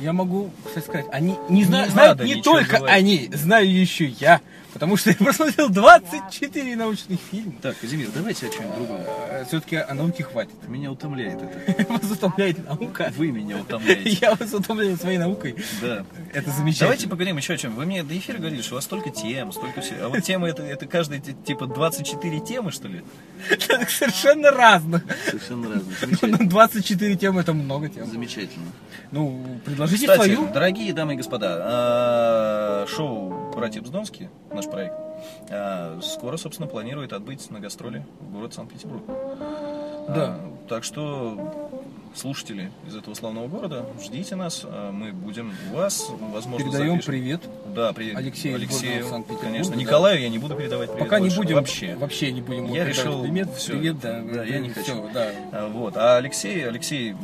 Speaker 1: Я могу, кстати, сказать, они не зна-
Speaker 2: Не
Speaker 1: знают
Speaker 2: надо
Speaker 1: не
Speaker 2: ничего
Speaker 1: только
Speaker 2: говорить.
Speaker 1: они, знаю еще я. Потому что я посмотрел 24 научных фильма.
Speaker 2: Так, Казимир, давайте о чем-нибудь другом.
Speaker 1: Все-таки о науке хватит.
Speaker 2: Меня утомляет это.
Speaker 1: Вас утомляет наука.
Speaker 2: Вы меня утомляете.
Speaker 1: Я вас утомляю своей наукой.
Speaker 2: Да.
Speaker 1: Это замечательно.
Speaker 2: Давайте поговорим еще о чем. Вы мне до эфира говорили, что у вас столько тем, столько всего. А вот темы это, это каждый ти- типа 24 темы, что ли?
Speaker 1: Так совершенно разных.
Speaker 2: Совершенно разные.
Speaker 1: Ну, 24 темы это много тем.
Speaker 2: Замечательно.
Speaker 1: Ну, предложите
Speaker 2: Кстати,
Speaker 1: свою.
Speaker 2: дорогие дамы и господа, э, шоу «Братья Бздонские», наш проект, э, скоро, собственно, планирует отбыть на гастроли в город Санкт-Петербург.
Speaker 1: Да.
Speaker 2: А, Так что, слушатели из этого славного города, ждите нас, а мы будем у вас, возможно,
Speaker 1: Передаем
Speaker 2: запишем.
Speaker 1: привет.
Speaker 2: Да, привет
Speaker 1: Алексею из города Санкт-Петербурга,
Speaker 2: конечно.
Speaker 1: да.
Speaker 2: Николаю я не буду передавать привет
Speaker 1: Пока не
Speaker 2: больше,
Speaker 1: будем
Speaker 2: вообще.
Speaker 1: не будем. ему
Speaker 2: Я
Speaker 1: передавать
Speaker 2: решил,
Speaker 1: Привет,
Speaker 2: всё.
Speaker 1: привет, да.
Speaker 2: Да, я не
Speaker 1: всё,
Speaker 2: хочу.
Speaker 1: да.
Speaker 2: А, Вот. А Алексей, Алексей,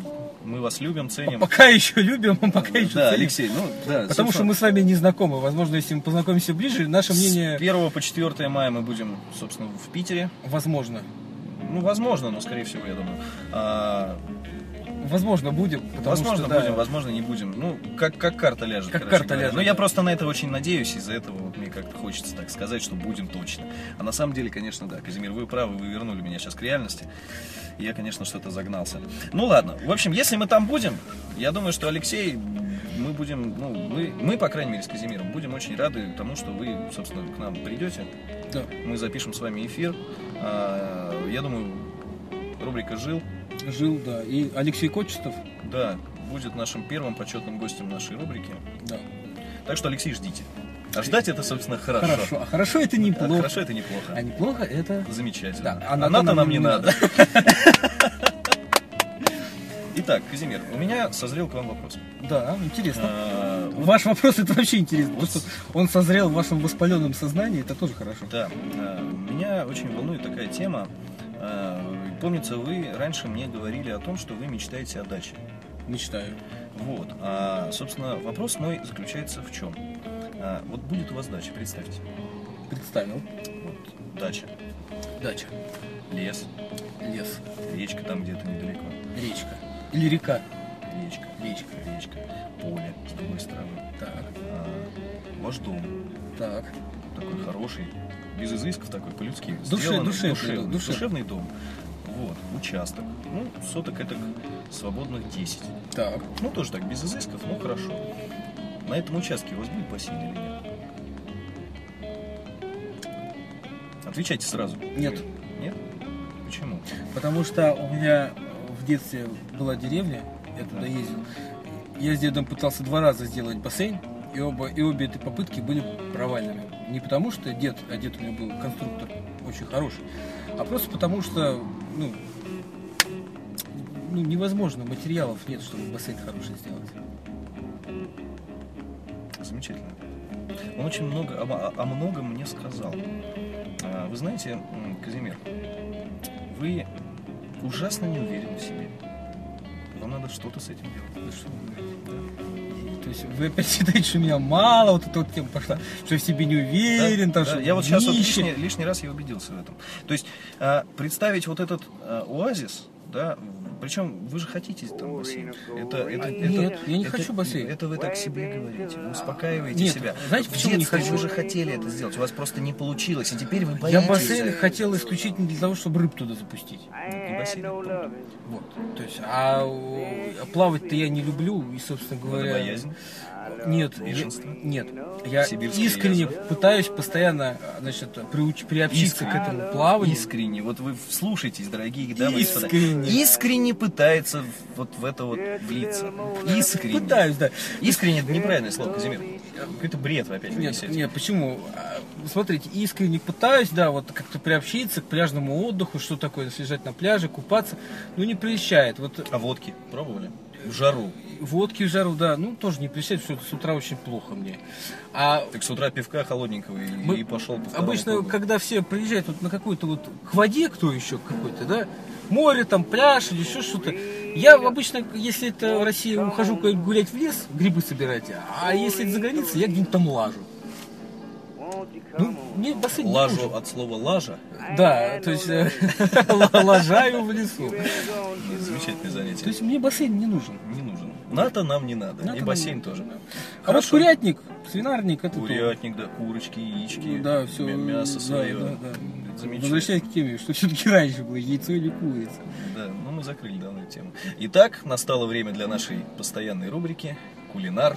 Speaker 2: мы вас любим, ценим.
Speaker 1: Пока еще любим, а пока еще
Speaker 2: Да,
Speaker 1: ценим.
Speaker 2: Алексей, ну да.
Speaker 1: Потому что мы с вами не знакомы. Возможно, если мы познакомимся ближе, наше
Speaker 2: С
Speaker 1: мнение
Speaker 2: 1 по 4 мая мы будем, собственно, в Питере.
Speaker 1: возможно.
Speaker 2: Ну, возможно, но, скорее всего, я думаю. А,
Speaker 1: Возможно, будем. Потому
Speaker 2: возможно,
Speaker 1: что, да,
Speaker 2: будем, возможно, не будем. Ну, как, как карта ляжет.
Speaker 1: Как
Speaker 2: короче
Speaker 1: карта
Speaker 2: говоря.
Speaker 1: ляжет,
Speaker 2: Но я
Speaker 1: да.
Speaker 2: просто на это очень надеюсь, из-за этого вот мне как-то хочется так сказать, что будем точно. А на самом деле, конечно, да, Казимир, вы правы, вы вернули меня сейчас к реальности. И Я, конечно, что-то загнался. Ну ладно. В общем, если мы там будем, я думаю, что Алексей, мы будем, ну, мы, мы, по крайней мере, с Казимиром будем очень рады тому, что вы, собственно, к нам придете.
Speaker 1: да.
Speaker 2: Мы запишем с вами эфир. А, Я думаю, рубрика «Жил»
Speaker 1: Жил, да. И Алексей Кочетов,
Speaker 2: Да, будет нашим первым почетным гостем нашей рубрики.
Speaker 1: да.
Speaker 2: Так что, Алексей, ждите. А ждать это, собственно, хорошо.
Speaker 1: Хорошо. А хорошо это
Speaker 2: А
Speaker 1: неплохо.
Speaker 2: хорошо это неплохо. А
Speaker 1: А неплохо это
Speaker 2: Замечательно.
Speaker 1: Да,
Speaker 2: а
Speaker 1: а на
Speaker 2: НАТО
Speaker 1: то
Speaker 2: нам не надо. Итак, Казимир, у меня созрел к вам вопрос.
Speaker 1: Да, интересно.
Speaker 2: Э, вот,
Speaker 1: Ваш вопрос это вообще интересно,
Speaker 2: Вот.
Speaker 1: потому что он созрел в вашем воспаленном сознании, это тоже хорошо.
Speaker 2: Да, э, меня очень волнует такая тема. Э, Помнится, вы раньше мне говорили о том, что вы мечтаете о даче.
Speaker 1: Мечтаю.
Speaker 2: Вот. А, собственно, вопрос мой заключается в чем? А, вот будет у вас дача, представьте.
Speaker 1: Представил.
Speaker 2: Вот дача,
Speaker 1: Дача.
Speaker 2: лес,
Speaker 1: Лес.
Speaker 2: речка там где-то недалеко.
Speaker 1: Речка. Или река.
Speaker 2: Речка,
Speaker 1: Речка.
Speaker 2: речка, поле с другой стороны.
Speaker 1: Так,
Speaker 2: А, ваш дом
Speaker 1: так.
Speaker 2: такой хороший, без изысков такой, по-людски.
Speaker 1: Душе-
Speaker 2: сделанный,
Speaker 1: душевный
Speaker 2: душевный,
Speaker 1: дом, душевный.
Speaker 2: душевный дом. Вот, участок. Ну, соток это свободных 10.
Speaker 1: Так.
Speaker 2: Ну, тоже так, без изысков, ну хорошо. На этом участке у вас будет бассейн или нет? Отвечайте сразу.
Speaker 1: Нет.
Speaker 2: Нет? Почему?
Speaker 1: Потому что у меня в детстве была деревня, я туда
Speaker 2: Да.
Speaker 1: ездил. Я с дедом пытался два раза сделать бассейн, и, оба, и обе эти попытки были провальными. Не потому что дед, а дед у меня был конструктор очень хороший, а просто потому что, ну, ну, невозможно, материалов нет, чтобы бассейн хороший сделать.
Speaker 2: Замечательно. Он очень много, о, м- о многом мне сказал. А, Вы знаете, м, Казимир, вы ужасно не уверены в себе. Вам надо что-то с этим делать.
Speaker 1: Ну, что вы говорите? То есть вы опять считаете, что меня мало, вот эта вот тема пошла, что я в себе не уверен,
Speaker 2: Да,
Speaker 1: там,
Speaker 2: да,
Speaker 1: что
Speaker 2: я вот сейчас вот
Speaker 1: нищий.
Speaker 2: лишний, лишний раз я убедился в этом. То есть а, представить вот этот а, оазис, да, причем вы же хотите там бассейн. Это, это, это-
Speaker 1: Нет, я не
Speaker 2: это-
Speaker 1: хочу бассейн.
Speaker 2: Это вы так себе говорите, вы успокаиваете
Speaker 1: Нет,
Speaker 2: себя.
Speaker 1: знаете,
Speaker 2: В
Speaker 1: почему не
Speaker 2: детстве
Speaker 1: хочу?
Speaker 2: Вы же хотели это сделать, у вас просто не получилось, и теперь вы
Speaker 1: Я
Speaker 2: боитесь.
Speaker 1: бассейн хотел исключительно для того, чтобы рыб туда запустить. Вот. То есть, а, э, плавать-то я не люблю, и, собственно говоря...
Speaker 2: Водобоязнь.
Speaker 1: Нет, я-
Speaker 2: Ну, Бешенство?
Speaker 1: нет. Я
Speaker 2: Сибирская
Speaker 1: искренне
Speaker 2: язва.
Speaker 1: пытаюсь постоянно значит, приуч- приобщиться к этому плаванию.
Speaker 2: Искренне, вот вы вслушайтесь, дорогие дамы и господа.
Speaker 1: Искренне.
Speaker 2: Искренне пытается в- вот в это вот влиться. Искренне.
Speaker 1: Пытаюсь, да.
Speaker 2: Искренне это неправильное слово, Казимир. Какой-то бред вы опять
Speaker 1: Нет,
Speaker 2: несете.
Speaker 1: нет, почему? А, Смотрите, искренне пытаюсь, да, вот как-то приобщиться к пляжному отдыху, что такое, лежать на пляже, купаться, ну не прельщает. Вот
Speaker 2: А водки пробовали? В жару.
Speaker 1: водки в жару, да, ну тоже не прельщает, потому что с утра очень плохо мне. А
Speaker 2: Так с утра пивка холодненького и,
Speaker 1: Мы-
Speaker 2: и пошел по второму
Speaker 1: Обычно,
Speaker 2: кругу.
Speaker 1: когда все приезжают вот на какую-то вот к воде, кто еще к какой-то, да, море, там, пляж или еще что-то. Я обычно, если это в России, ухожу куда-нибудь гулять в лес, грибы собирать, а если это за границей, я где-нибудь там лажу. Ну, мне бассейн не
Speaker 2: Лажу
Speaker 1: нужен.
Speaker 2: от слова лажа.
Speaker 1: Да, то есть э, л- лажаю в лесу.
Speaker 2: Замечательное занятие.
Speaker 1: То есть мне бассейн не нужен.
Speaker 2: не нужен. НАТО нам не надо.
Speaker 1: НАТО
Speaker 2: и
Speaker 1: нам
Speaker 2: бассейн
Speaker 1: не
Speaker 2: тоже.
Speaker 1: А вот
Speaker 2: Хорошо.
Speaker 1: курятник, свинарник, это то.
Speaker 2: Курятник, да, курочки, яички,
Speaker 1: Ну Да, все.
Speaker 2: мя- мясо свое. Замечательно.
Speaker 1: Возвращаясь к теме, что все-таки раньше было, яйцо или курица.
Speaker 2: Да, ну мы закрыли данную тему. Итак, настало время для нашей постоянной рубрики «Кулинар»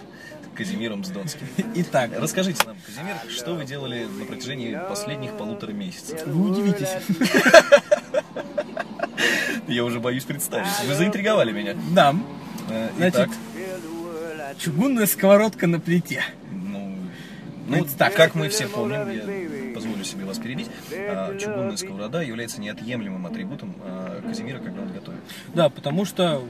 Speaker 2: Казимиром Сдонским.
Speaker 1: Итак,
Speaker 2: Расскажите нам, Казимир, что вы делали на протяжении последних полутора месяцев?
Speaker 1: вы удивитесь.
Speaker 2: Я уже боюсь представить. Вы заинтриговали меня.
Speaker 1: Нам
Speaker 2: Э,
Speaker 1: Значит,
Speaker 2: Итак,
Speaker 1: чугунная сковородка на плите.
Speaker 2: ну, ну,
Speaker 1: Представь.
Speaker 2: так, как мы все помним, я позволю себе вас перебить, а, чугунная сковорода является неотъемлемым атрибутом а, Казимира, когда он готовит.
Speaker 1: Да, потому что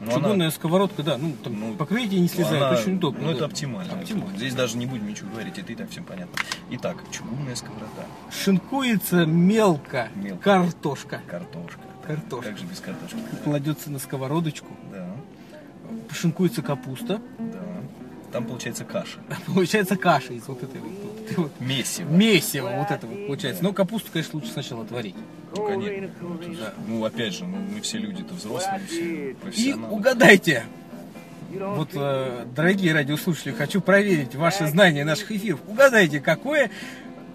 Speaker 2: Ну,
Speaker 1: чугунная сковородка, да, ну там
Speaker 2: Ну,
Speaker 1: покрытие не слезает,
Speaker 2: Она-
Speaker 1: очень удобно.
Speaker 2: Ну, это
Speaker 1: да.
Speaker 2: оптимально.
Speaker 1: Оптимально.
Speaker 2: Здесь даже не будем ничего говорить, это и так всем понятно. Итак, чугунная сковорода,
Speaker 1: Шинкуется мелко,
Speaker 2: Мелко.
Speaker 1: картошка.
Speaker 2: картошка.
Speaker 1: Картошка.
Speaker 2: Как же без картошки?
Speaker 1: Кладется на сковородочку,
Speaker 2: Да,
Speaker 1: шинкуется капуста,
Speaker 2: да. Там получается каша.
Speaker 1: получается каша из вот этой вот- вот этой вот
Speaker 2: Месиво.
Speaker 1: месиво вот это вот получается. Но капусту, конечно, лучше сначала отварить.
Speaker 2: Ну, конечно. Ну, это же- ну, опять же, мы, мы все люди-то взрослые, мы все
Speaker 1: И
Speaker 2: профессионалы.
Speaker 1: угадайте, вот, э, дорогие радиослушатели, хочу проверить ваши знания наших эфиров. Угадайте, какое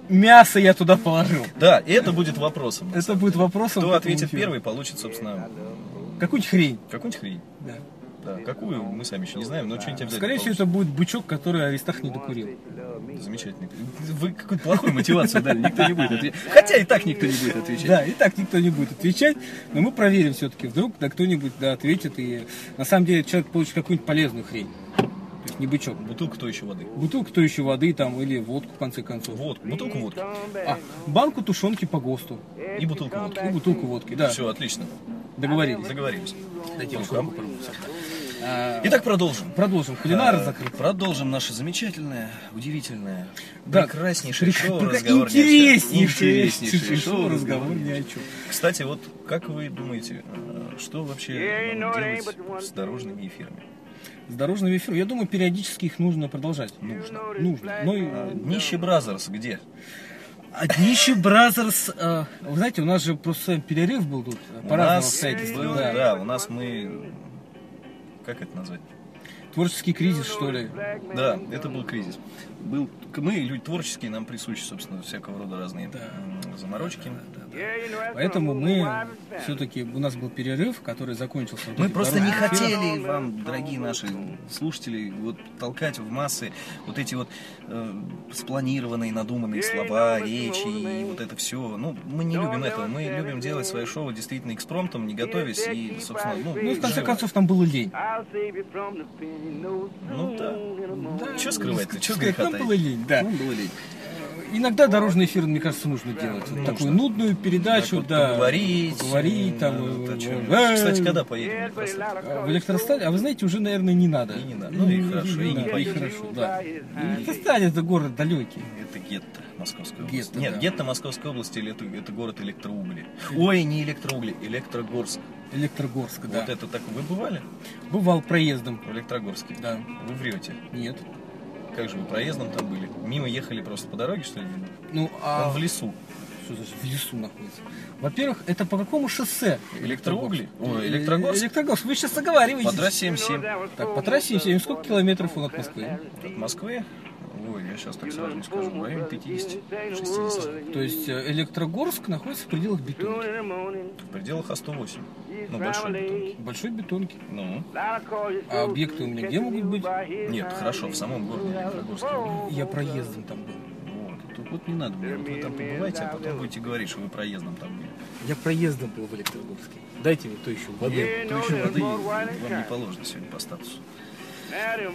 Speaker 1: мясо я туда положил.
Speaker 2: Да, и это будет вопросом. на
Speaker 1: Это
Speaker 2: самом
Speaker 1: будет
Speaker 2: деле.
Speaker 1: вопросом. к
Speaker 2: Кто
Speaker 1: этому
Speaker 2: ответит
Speaker 1: эфиру.
Speaker 2: первый, получит, собственно,
Speaker 1: Какую-нибудь хрень.
Speaker 2: какую-нибудь хрень.
Speaker 1: да.
Speaker 2: Да, какую, мы сами еще не знаем, но что-нибудь обязательно
Speaker 1: Скорее всего, это будет бычок, который Аристарх не докурил.
Speaker 2: получим. Замечательно. Вы какую-то плохую мотивацию дали, никто не будет отвечать. Хотя и так никто не будет отвечать.
Speaker 1: Да, и так никто не будет отвечать, но мы проверим все-таки, вдруг да, кто-нибудь да, ответит, и на самом деле человек получит какую-нибудь полезную хрень. То есть не бычок.
Speaker 2: Бутылка то еще воды.
Speaker 1: Бутылку кто еще воды там или водку в конце концов.
Speaker 2: Водку, бутылку водки
Speaker 1: А, банку тушенки по ГОСТу.
Speaker 2: и бутылку водки.
Speaker 1: И бутылку водки, да.
Speaker 2: Все, отлично.
Speaker 1: Договорились.
Speaker 2: Договорились.
Speaker 1: Дайте
Speaker 2: Ну-ка.
Speaker 1: руку, попробуем. А,
Speaker 2: Итак, продолжим.
Speaker 1: Продолжим. Кулинар
Speaker 2: А,
Speaker 1: закрыт.
Speaker 2: Продолжим наше замечательное, удивительное,
Speaker 1: Да.
Speaker 2: прекраснейшее шоу
Speaker 1: Прека-
Speaker 2: «Разговор ни о чем».
Speaker 1: Интереснейшее
Speaker 2: Интереснейшее
Speaker 1: шоу разговор ни о чем.
Speaker 2: Кстати, вот как вы думаете, э, что вообще нам делать с дорожными эфирами?
Speaker 1: С дорожными эфирами. Я думаю, периодически их нужно продолжать.
Speaker 2: Нужно.
Speaker 1: Нужно. Но и-
Speaker 2: А, Нищий Бразерс где?
Speaker 1: Однищий А Бразерс, э, вы знаете, у нас же просто перерыв был тут э, по
Speaker 2: у
Speaker 1: разным
Speaker 2: нас
Speaker 1: обстоятельствам.
Speaker 2: был,
Speaker 1: да.
Speaker 2: да, у нас мы... Как это назвать?
Speaker 1: Творческий кризис, что ли.
Speaker 2: Да, это был кризис. Был, мы, люди творческие, нам присущи, собственно, всякого рода разные
Speaker 1: Да.
Speaker 2: м, заморочки.
Speaker 1: Поэтому мы все-таки у нас был перерыв, который закончился. вот
Speaker 2: Мы
Speaker 1: этим
Speaker 2: просто не
Speaker 1: дорожным эфиром.
Speaker 2: хотели вам, дорогие наши слушатели, вот толкать в массы вот эти вот э, спланированные, надуманные слова, речи и вот это все. Ну, мы не любим этого. Мы любим делать свои шоу действительно экспромтом, не готовясь и, собственно, ну,
Speaker 1: Ну и в конце
Speaker 2: живо.
Speaker 1: концов там было лень.
Speaker 2: Ну да.
Speaker 1: Да,
Speaker 2: Чё скрывать-то? Чё
Speaker 1: сказать,
Speaker 2: греха
Speaker 1: Нам
Speaker 2: таить?
Speaker 1: было лень, да.
Speaker 2: Ну, было лень.
Speaker 1: Иногда дорожный эфир, мне кажется, нужно делать. Вот
Speaker 2: Нужно.
Speaker 1: Такую нудную передачу,
Speaker 2: Так вот
Speaker 1: да.
Speaker 2: Поговорить.
Speaker 1: Поговорить там.
Speaker 2: э,
Speaker 1: э,
Speaker 2: о чём.
Speaker 1: э,
Speaker 2: Кстати,
Speaker 1: э,
Speaker 2: когда поедем? в Краснодар?
Speaker 1: А, В электросталь, а вы знаете, уже, наверное, не надо.
Speaker 2: И не надо. Ну и хорошо, и не
Speaker 1: надо,
Speaker 2: поедем.
Speaker 1: хорошо, да. Электросталь это город далекий.
Speaker 2: Это гетто Московской области.
Speaker 1: Гетто,
Speaker 2: Нет,
Speaker 1: да. Э.
Speaker 2: гетто Московской области или это, это город электроугли. Ой, не электроугли, электрогорск.
Speaker 1: Электрогорск, да.
Speaker 2: Вот это так. Вы бывали
Speaker 1: Бывал проездом.
Speaker 2: в Электрогорске?
Speaker 1: Да.
Speaker 2: Вы врете.
Speaker 1: Нет.
Speaker 2: Как же вы проездом там были? Мимо ехали просто по дороге, что ли?
Speaker 1: Ну, а
Speaker 2: Он в лесу.
Speaker 1: что значит в лесу находится? Во-первых, это по какому шоссе?
Speaker 2: Электроугли? Ой,
Speaker 1: Э,
Speaker 2: Электрогорск?
Speaker 1: Электрогорск. Вы сейчас оговариваетесь.
Speaker 2: По трассе М7
Speaker 1: Так, по трассе 7 сколько километров он от Москвы?
Speaker 2: от Москвы. Ой, я сейчас так сразу не скажу. В районе 50, 60.
Speaker 1: То есть э, Электрогорск находится в пределах бетонки.
Speaker 2: В пределах А108. Ну, большой бетонки.
Speaker 1: Большой бетонки.
Speaker 2: Ну,
Speaker 3: А
Speaker 1: объекты у меня где могут быть?
Speaker 2: нет, хорошо, в самом городе Электрогорске.
Speaker 1: Я проездом там был.
Speaker 2: Вот, тут вот не надо мне, вот вы там побывайте, а потом будете говорить, что вы проездом там были.
Speaker 1: Я проездом был в Электрогорске. Дайте мне то еще воды.
Speaker 2: То еще воды вам не положено сегодня по статусу.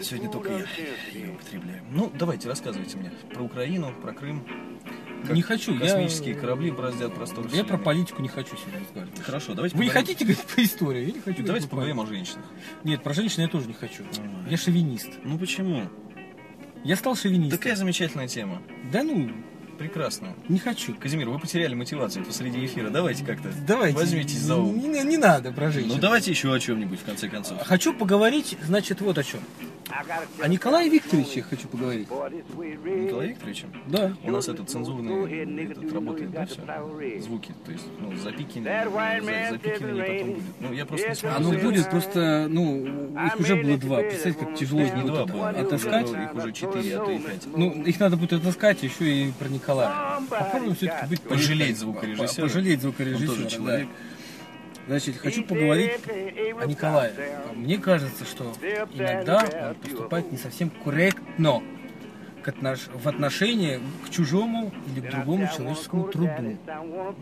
Speaker 2: Сегодня только я ее употребляю. Ну, давайте, рассказывайте мне про Украину, про Крым. Как
Speaker 1: Не хочу. я-
Speaker 2: Космические корабли бороздят простор
Speaker 1: Я про
Speaker 2: Вселенной.
Speaker 1: политику не хочу сегодня разговаривать.
Speaker 2: Хорошо, давайте
Speaker 1: Вы не
Speaker 2: поговорим-
Speaker 1: хотите говорить про историю? Я не хочу.
Speaker 2: Давайте
Speaker 1: говорить про
Speaker 2: поговорим о женщинах.
Speaker 1: политику. Нет, про женщин я тоже не хочу.
Speaker 2: Ой.
Speaker 1: Я шовинист.
Speaker 2: Ну почему?
Speaker 1: Я стал шовинистом.
Speaker 2: Такая замечательная тема.
Speaker 1: Да ну,
Speaker 2: Прекрасная.
Speaker 1: не хочу.
Speaker 2: Казимир, вы потеряли мотивацию посреди эфира. Давайте как-то
Speaker 1: Давайте.
Speaker 2: возьмитесь за ум.
Speaker 1: Не, не надо про женщин.
Speaker 2: Ну давайте еще о чем-нибудь в конце концов.
Speaker 1: Хочу поговорить, значит, вот о чем. О Николае Викторовиче хочу поговорить.
Speaker 2: Николай Викторовичем?
Speaker 1: Да.
Speaker 2: У нас этот цензурный этот работает, да, все? Звуки, то есть, ну, запикивание, за- запикивание потом будет. Ну, я просто не смогу.
Speaker 1: Оно
Speaker 2: сделать.
Speaker 1: будет просто, ну, их уже было два. Представляете, как тяжело их
Speaker 2: Не
Speaker 1: будет
Speaker 2: два было,
Speaker 1: это-
Speaker 2: их уже-
Speaker 1: отыскать.
Speaker 2: Их уже четыре, а то и пять.
Speaker 1: Ну, их надо будет отыскать еще и про Николая. Попробуем все-таки быть
Speaker 2: Пожалеть
Speaker 1: по- по-
Speaker 2: звукорежиссера.
Speaker 1: Пожалеть
Speaker 2: Он
Speaker 1: звукорежиссера,
Speaker 2: тоже
Speaker 1: да.
Speaker 2: человек.
Speaker 1: Значит, хочу поговорить о Николае. А, Мне кажется, что иногда он поступает не совсем корректно к отнош- в отношении к чужому или к другому человеческому труду.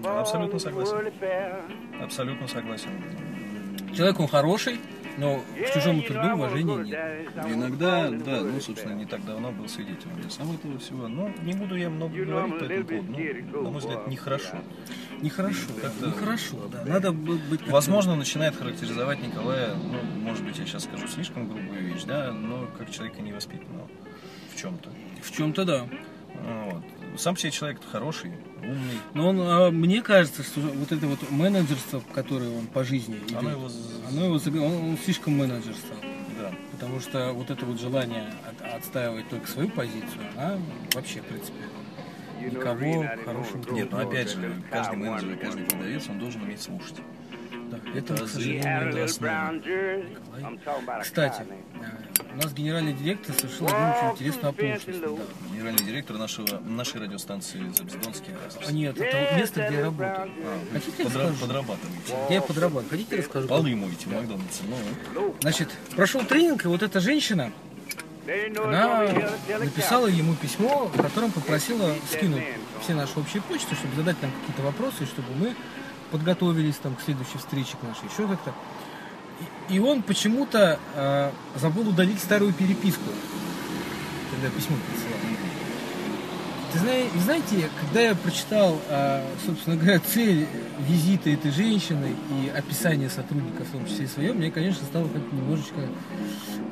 Speaker 2: Да, абсолютно согласен. Абсолютно согласен.
Speaker 1: Человек он хороший, но к чужому труду уважения нет.
Speaker 2: Иногда, да, ну, собственно, не так давно был свидетелем я сам этого всего. Но не буду я много говорить по этому поводу. Ну, на мой взгляд, нехорошо.
Speaker 1: Нехорошо,
Speaker 2: Как-то-
Speaker 1: нехорошо, да. Надо бы быть... как-то-
Speaker 2: Возможно, начинает характеризовать Николая, ну, может быть, я сейчас скажу слишком грубую вещь, да, но как человека невоспитанного в чем-то.
Speaker 1: В чем-то да.
Speaker 2: Вот. Сам по себе человек хороший, умный.
Speaker 1: Но он, а, мне кажется, что вот это вот менеджерство, которое он по жизни идет,
Speaker 2: Оно
Speaker 1: оно его,
Speaker 2: его... з-
Speaker 1: загля- он, он слишком менеджер стал.
Speaker 2: Да.
Speaker 1: Потому что вот это вот желание от- отстаивать только свою позицию, она вообще, в принципе, никого хорошим
Speaker 2: Нет, ну опять же, каждый менеджер, каждый продавец, он должен уметь слушать.
Speaker 1: Да, это, к
Speaker 2: Разве-
Speaker 1: сожалению, это основа. Кстати, э, у нас генеральный директор совершил одну очень интересную оплошность. недавно.
Speaker 2: Генеральный директор нашего, нашей радиостанции Забздонский.
Speaker 1: А Нет, это вот место, где я работаю. Хотите, я
Speaker 2: Подра-
Speaker 1: расскажу?
Speaker 2: подрабатываете.
Speaker 1: Где я подрабатываю? Хотите, я расскажу?
Speaker 2: Полы моете в Макдональдсе. Ну,
Speaker 1: Значит, прошел тренинг, и вот эта женщина, Она написала ему письмо, в котором попросила скинуть все наши общие почты, чтобы задать нам какие-то вопросы, чтобы мы подготовились там к следующей встрече к нашей, еще как-то. И- И он почему-то э, забыл удалить старую переписку, когда письмо присылал. Ты знаешь, знаете, когда я прочитал, а, собственно говоря, цель визита этой женщины и описание сотрудника, в том числе и свое, мне, конечно, стало как-то немножечко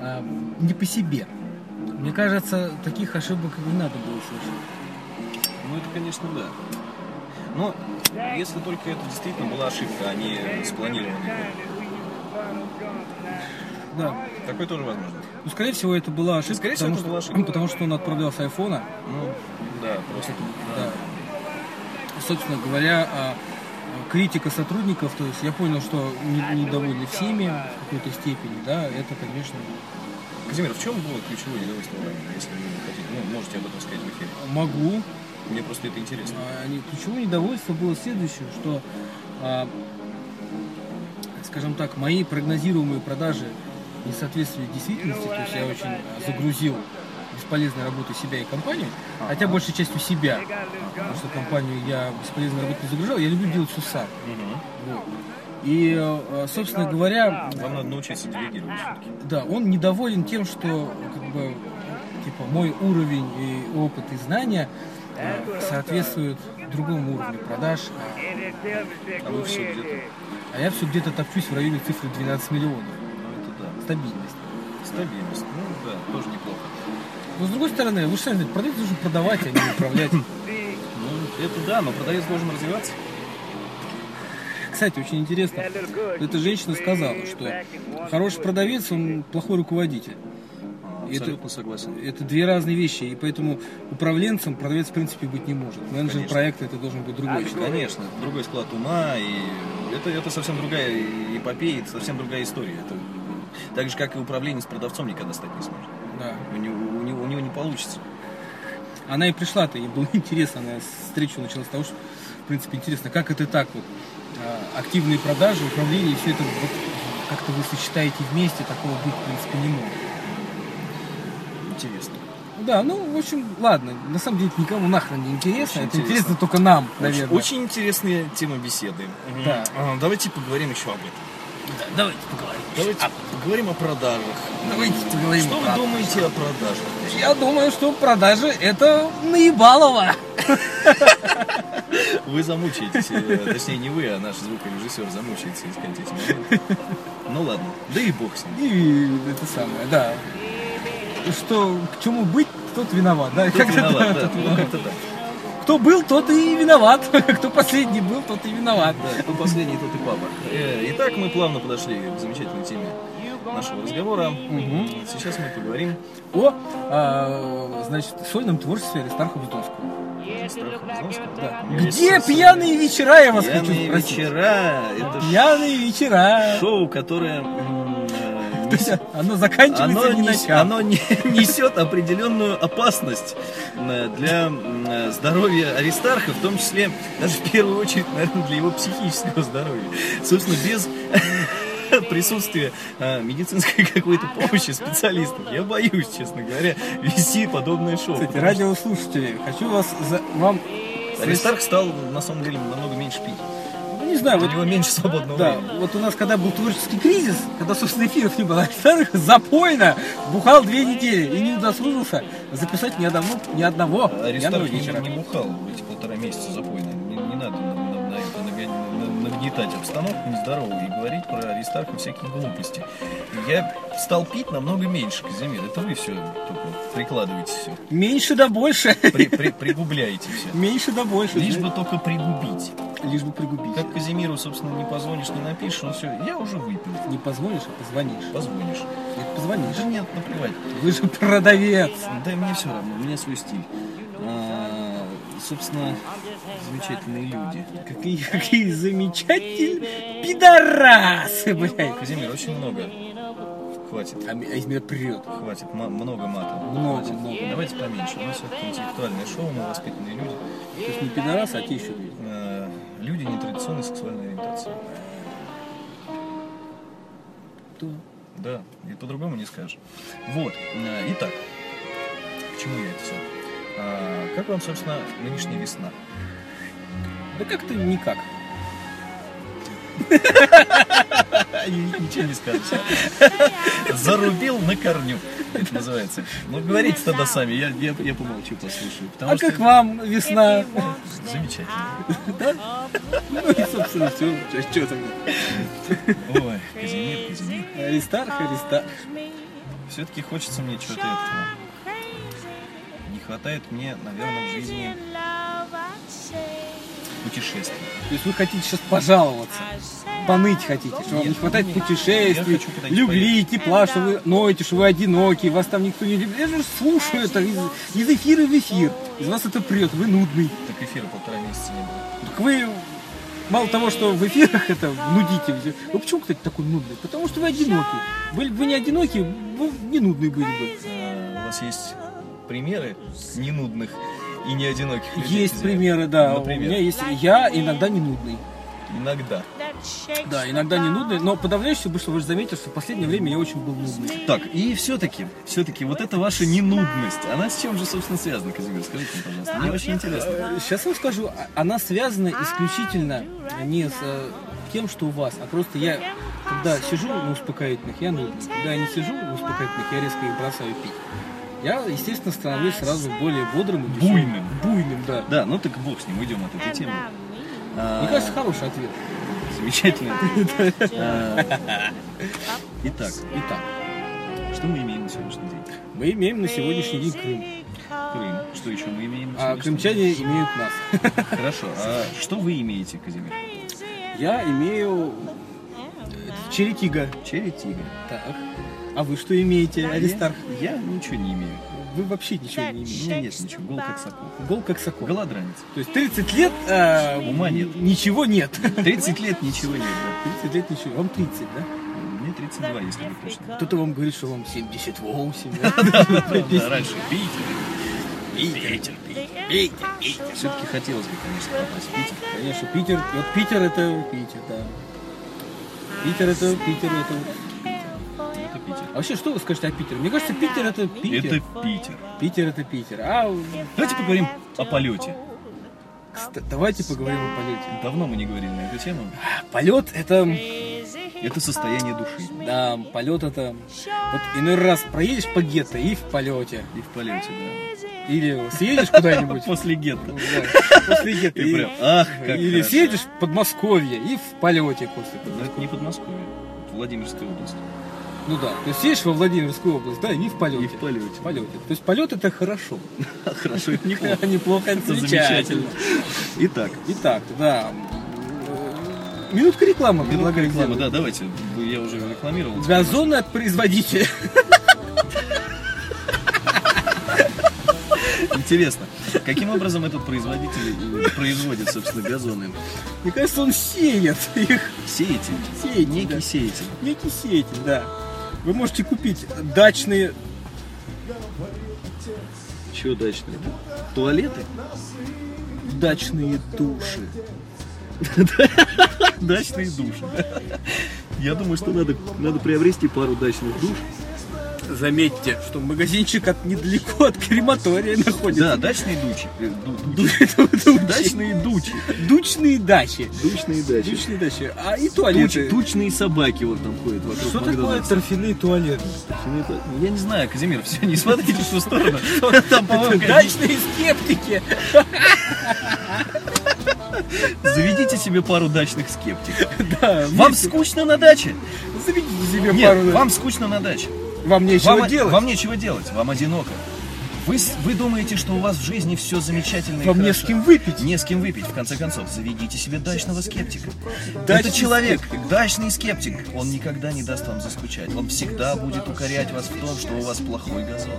Speaker 1: а, не по себе. Мне кажется, таких ошибок и не надо было совершать.
Speaker 2: Ну, это, конечно, да. Но если только это действительно была ошибка, а не спланированный
Speaker 1: Да.
Speaker 2: ход. Такое тоже возможно.
Speaker 1: Ну, скорее всего, это была ошибка,
Speaker 2: Скорее всего,
Speaker 1: потому,
Speaker 2: это
Speaker 1: что,
Speaker 2: была ошибка.
Speaker 1: потому что он отправлял с айфона.
Speaker 2: Ну, да, просто.
Speaker 1: Да. Собственно говоря, а, а, критика сотрудников, то есть я понял, что не- недовольны всеми в какой-то степени, да, это, конечно,
Speaker 2: Казимир, в чем было ключевое недовольство вами, если вы хотите? Ну, можете об этом сказать в эфире.
Speaker 1: могу.
Speaker 2: Мне просто это интересно.
Speaker 1: А, не- Ключевое недовольство было следующее, что, а, скажем так, мои прогнозируемые продажи не соответствовали действительности, то есть я очень а, загрузил бесполезной работой себя и компанию, хотя большей частью себя, потому что компанию я бесполезной работой не загружал, я люблю делать все сам.
Speaker 2: Мгм.
Speaker 1: Вот. И, э, собственно говоря,
Speaker 2: Вам надо научиться делегировать все-таки.
Speaker 1: да, он недоволен тем, что как бы, типа, мой уровень и опыт и знания э, соответствуют другому уровню продаж, а-
Speaker 2: А вы все где-то.
Speaker 1: а я все где-то топчусь в районе цифры 12 миллионов.
Speaker 2: Ну, это да.
Speaker 1: Стабильность.
Speaker 2: Стабильность. Ну, да, тоже неплохо.
Speaker 1: Но с другой стороны, вы же сами знаете, продавец должен продавать, а не управлять.
Speaker 2: Ну, это да, но продавец должен развиваться.
Speaker 1: Кстати, очень интересно, эта женщина сказала, что хороший продавец, он плохой руководитель. Это-
Speaker 2: Абсолютно согласен.
Speaker 1: Это две разные вещи, и поэтому управленцем продавец в принципе быть не может. Менеджер
Speaker 2: Конечно.
Speaker 1: проекта это должен быть другой человек.
Speaker 2: Конечно, это другой склад ума, и это, это совсем другая эпопея, это совсем другая история. Это так же, как и управление с продавцом никогда стать не сможет.
Speaker 1: Да.
Speaker 2: У него, у него, у него не получится.
Speaker 1: Она и пришла-то, ей было интересно, она встречу начала с того, что, в принципе, интересно, как это так вот, а, активные продажи, управление, все это вот как-то вы сочетаете вместе, такого быть, в принципе, не может.
Speaker 2: Интересно.
Speaker 1: Да, ну, в общем, ладно, на самом деле это никому нахрен не интересно,
Speaker 2: Очень
Speaker 1: это интересно.
Speaker 2: интересно.
Speaker 1: только нам,
Speaker 2: Очень,
Speaker 1: наверное.
Speaker 2: очень интересная тема беседы.
Speaker 1: Да.
Speaker 2: А, Давайте поговорим еще об этом.
Speaker 1: Давайте поговорим.
Speaker 2: Давайте поговорим о продажах.
Speaker 1: Давайте поговорим
Speaker 2: Что
Speaker 1: о
Speaker 2: вы
Speaker 1: продажах.
Speaker 2: думаете о продажах?
Speaker 1: Я думаю, что продажи это наебалово.
Speaker 2: Вы замучаетесь, э, точнее не вы, а наш звукорежиссер замучается искать эти моменты. Ну ладно, да и бог с ним.
Speaker 1: И это самое, да. Что к чему быть, тот виноват, да?
Speaker 2: Тот
Speaker 1: Как-то
Speaker 2: виноват,
Speaker 1: да,
Speaker 2: да,
Speaker 1: тот
Speaker 2: ну,
Speaker 1: виноват.
Speaker 2: как-то да.
Speaker 1: Кто был, тот и виноват. Кто последний был, тот и виноват.
Speaker 2: Да, кто последний, тот и папа. Э, Итак, мы плавно подошли к замечательной теме нашего разговора.
Speaker 1: Мгм.
Speaker 2: Сейчас мы поговорим
Speaker 1: О, а, значит, сольном творчестве Аристарха Бутовского.
Speaker 2: о страхах Казанского.
Speaker 1: Да.
Speaker 2: У меня есть
Speaker 1: Где
Speaker 2: просто
Speaker 1: пьяные вечера, я вас хочу
Speaker 2: Пьяные
Speaker 1: спросить?
Speaker 2: вечера. Это ж
Speaker 1: Пьяные вечера.
Speaker 2: шоу, которое м, э,
Speaker 1: То есть
Speaker 2: несет-
Speaker 1: Оно заканчивается
Speaker 2: оно,
Speaker 1: не
Speaker 2: нес-
Speaker 1: начало.
Speaker 2: оно не- несет определенную опасность э, для м, э, здоровья Аристарха, в том числе, даже в первую очередь, наверное, для его психического здоровья. Собственно, без присутствия э, медицинской какой-то помощи специалистов. Я боюсь, честно говоря, вести подобное шоу.
Speaker 1: Кстати,
Speaker 2: потому что
Speaker 1: радиослушатели, хочу вас за- вам...
Speaker 2: Аристарх стал, на самом деле, намного меньше пить.
Speaker 1: Ну, Не знаю,
Speaker 2: У
Speaker 1: вот
Speaker 2: него меньше свободного
Speaker 1: Да,
Speaker 2: времени.
Speaker 1: вот у нас когда был творческий кризис, когда, собственно, эфиров не было, Александр запойно бухал две недели и не удосужился записать ни одного, ни одного пьяного
Speaker 2: Аристарх не,
Speaker 1: вечера.
Speaker 2: не бухал эти полтора месяца запойно. Не, не надо на, на- на это нагон- на- нагнетать обстановку нездоровую и говорить про Аристарха всякие глупости. Я стал пить намного меньше, Казимир. Это вы все только прикладываете все.
Speaker 1: Меньше да больше.
Speaker 2: пригубляете все.
Speaker 1: Меньше да больше.
Speaker 2: Лишь бы только пригубить.
Speaker 1: Лишь бы пригубить.
Speaker 2: Как Казимиру, собственно, не позвонишь, не напишешь, он все, я уже выпил.
Speaker 1: Не позвонишь, а позвонишь.
Speaker 2: Позвонишь.
Speaker 1: Нет,
Speaker 2: Да
Speaker 1: позвонишь.
Speaker 2: нет, наплевать.
Speaker 1: Вы же продавец.
Speaker 2: Да и мне все равно, у меня свой стиль. А, собственно, замечательные люди.
Speaker 1: Какие, какие замечательные пидорасы, блядь.
Speaker 2: Казимир, очень много. Хватит.
Speaker 1: А ме- а из меня прет.
Speaker 2: Хватит, М- много мата.
Speaker 1: Много,
Speaker 2: Хватит.
Speaker 1: много.
Speaker 2: Давайте поменьше. У нас все-таки интеллектуальное шоу, мы воспитанные люди.
Speaker 1: То есть не пидорасы, а те еще люди.
Speaker 2: Э, люди нетрадиционной сексуальной ориентации.
Speaker 1: Да.
Speaker 2: Да, и по-другому не скажешь. Вот, э, итак, к чему я это все? как вам, собственно, нынешняя весна?
Speaker 1: А Да как-то никак.
Speaker 2: И Ничего не скажешь. Зарубил на корню, это называется. Ну, говорите тогда сами, я, я, я помолчу, послушаю. Потому
Speaker 1: А
Speaker 2: что
Speaker 1: как вам весна?
Speaker 2: замечательно.
Speaker 1: Да? Ну и, собственно, А все. Что там?
Speaker 2: Ой, Казимир, Казимир.
Speaker 1: Аристарх, Аристарх.
Speaker 2: Все-таки хочется мне чего-то этого. Не хватает мне, наверное, в жизни путешествий.
Speaker 1: То есть вы хотите сейчас пожаловаться? Поныть хотите, что вам не
Speaker 2: Нет,
Speaker 1: хватает
Speaker 2: нет. Я
Speaker 1: путешествий,
Speaker 2: хочу куда-нибудь
Speaker 1: любви, тепла, что вы ноете, что вы одиноки, вас там никто не любит. Я же слушаю это из, из эфира в эфир. Из вас это прет, вы нудный.
Speaker 2: Так эфира полтора месяца не было.
Speaker 1: Так вы мало того, что в эфирах это нудите. всё. Вы почему, кстати, такой нудный? Потому что вы одиноки. Были бы вы не одиноки, вы не нудные были бы.
Speaker 2: А, у вас есть примеры ненудных и не одиноких людей?
Speaker 1: Есть
Speaker 2: Казимир?
Speaker 1: примеры, да. У
Speaker 2: Например?
Speaker 1: меня есть. Я иногда не нудный.
Speaker 2: Иногда.
Speaker 1: Да, иногда не нудный, но подавляющее бы, что вы же заметили, что в последнее время я очень был нудный.
Speaker 2: Так, и все-таки, все-таки вот эта ваша ненудность, она с чем же, собственно, связана, Казимир? Скажите мне, пожалуйста, мне очень интересно.
Speaker 1: Сейчас вам скажу, а- она связана исключительно не с э, тем, что у вас, а просто я, когда сижу на успокоительных, я нудный. Когда я не сижу на успокоительных, я резко их бросаю пить. Я, естественно, становлюсь сразу более бодрым и веселым.
Speaker 2: Буйным.
Speaker 1: Буйным, да.
Speaker 2: Да, ну так бог с ним, уйдем от этой темы. А,
Speaker 1: Мне кажется, хороший ответ.
Speaker 2: замечательно. А, Итак,
Speaker 1: Итак,
Speaker 2: что мы имеем на сегодняшний день?
Speaker 1: мы имеем на сегодняшний день Крым.
Speaker 2: Крым. Что еще мы имеем? на
Speaker 1: А
Speaker 2: сегодняшний день?
Speaker 1: крымчане имеют нас.
Speaker 2: Хорошо. А что вы имеете, Казимир?
Speaker 1: Я имею э, Черетига.
Speaker 2: Черетига.
Speaker 1: Так. А вы что имеете, Аристарх?
Speaker 2: Я ничего не имею.
Speaker 1: Вы вообще ничего не
Speaker 2: У
Speaker 1: имеете.
Speaker 2: меня нет ничего. Гол как сокол.
Speaker 1: Гол как сокол.
Speaker 2: Голодранец.
Speaker 1: То есть 30 лет э,
Speaker 2: Ума нет.
Speaker 1: ничего нет.
Speaker 2: 30 лет ничего нет.
Speaker 1: 30 лет ничего. Вам 30, да?
Speaker 2: да. Мне 32, если быть точным.
Speaker 1: Кто-то вам говорит, что вам 78.
Speaker 2: Да, раньше Питер.
Speaker 1: Питер.
Speaker 2: Все-таки хотелось бы, конечно, попасть в Питер.
Speaker 1: Конечно, Питер. Вот Питер это Питер, да. Питер это Питер это.
Speaker 2: Это Питер.
Speaker 1: А вообще, что вы скажете о Питере? Мне кажется, Питер это Питер.
Speaker 2: Это Питер.
Speaker 1: Питер это Питер. А
Speaker 2: Давайте поговорим о полете.
Speaker 1: кста- давайте поговорим о полете.
Speaker 2: Давно мы не говорили на эту тему.
Speaker 1: Полет это.
Speaker 2: Это состояние души.
Speaker 1: Да, полет это. Вот иной раз проедешь по гетто и в полете.
Speaker 2: И в полете,
Speaker 1: Или съедешь куда-нибудь.
Speaker 2: да. После гетто.
Speaker 1: Ну, да, После гетто.
Speaker 2: И
Speaker 1: И-
Speaker 2: прям, ах, как
Speaker 1: Или
Speaker 2: хорошо.
Speaker 1: съедешь в Подмосковье и в полете после.
Speaker 2: Но это не Подмосковье, это Владимирская область.
Speaker 1: Ну да. То есть съедешь во Владимирскую область, да, и в полете.
Speaker 2: И в полете.
Speaker 1: В полете. То есть полет это хорошо.
Speaker 2: Хорошо, это неплохо.
Speaker 1: Неплохо,
Speaker 2: Это замечательно. Итак,
Speaker 1: Итак, да. Минутка рекламы
Speaker 2: минутка
Speaker 1: предлагаю
Speaker 2: рекламы.
Speaker 1: сделать.
Speaker 2: Да, давайте. Я уже рекламировал.
Speaker 1: Газоны от производителя.
Speaker 2: Интересно, каким образом этот производитель э, производит, собственно, газоны?
Speaker 1: Мне кажется, он сеет их.
Speaker 2: Сеятель.
Speaker 1: Сеятель,
Speaker 2: Некий
Speaker 1: да.
Speaker 2: сеятель.
Speaker 1: Некий сеятель, да. Вы можете купить дачные
Speaker 2: Чего дачные? Туалеты?
Speaker 1: дачные души.
Speaker 2: Дачные души. Я думаю, что надо, надо приобрести пару дачных душ.
Speaker 1: Заметьте, что магазинчик от недалеко от крематория находится.
Speaker 2: Да, дачные дучи. Э, ду- дучи.
Speaker 1: Дачные
Speaker 2: Дачные дучи.
Speaker 1: Дучные дачи.
Speaker 2: Дучные дачи.
Speaker 1: Дучные дачи. А и
Speaker 2: Туч-
Speaker 1: туалеты.
Speaker 2: тучные собаки вот там ходят вокруг ну,
Speaker 1: Что такое
Speaker 2: Макдональдса.
Speaker 1: торфяные туалеты?
Speaker 2: Я не знаю, Казимир, все, не смотрите в ту сторону. Там, по-моему, какие-
Speaker 1: А, Дачные скептики.
Speaker 2: Заведите себе пару дачных скептиков.
Speaker 1: Да,
Speaker 2: Вам скучно на даче?
Speaker 1: заведите себе
Speaker 2: Нет,
Speaker 1: пару.
Speaker 2: вам скучно на даче.
Speaker 1: Вам нечего
Speaker 2: вам,
Speaker 1: делать.
Speaker 2: Вам нечего делать, вам одиноко. Вы, с- вы думаете, что у вас в жизни все замечательно и
Speaker 1: Вам не
Speaker 2: хорошо.
Speaker 1: с кем выпить.
Speaker 2: Не с кем выпить, в конце концов. Заведите себе дачного скептика.
Speaker 1: Дачный
Speaker 2: Это человек, дачный скептик. Он никогда не даст вам заскучать. Он всегда будет укорять вас в том, что у вас плохой газон,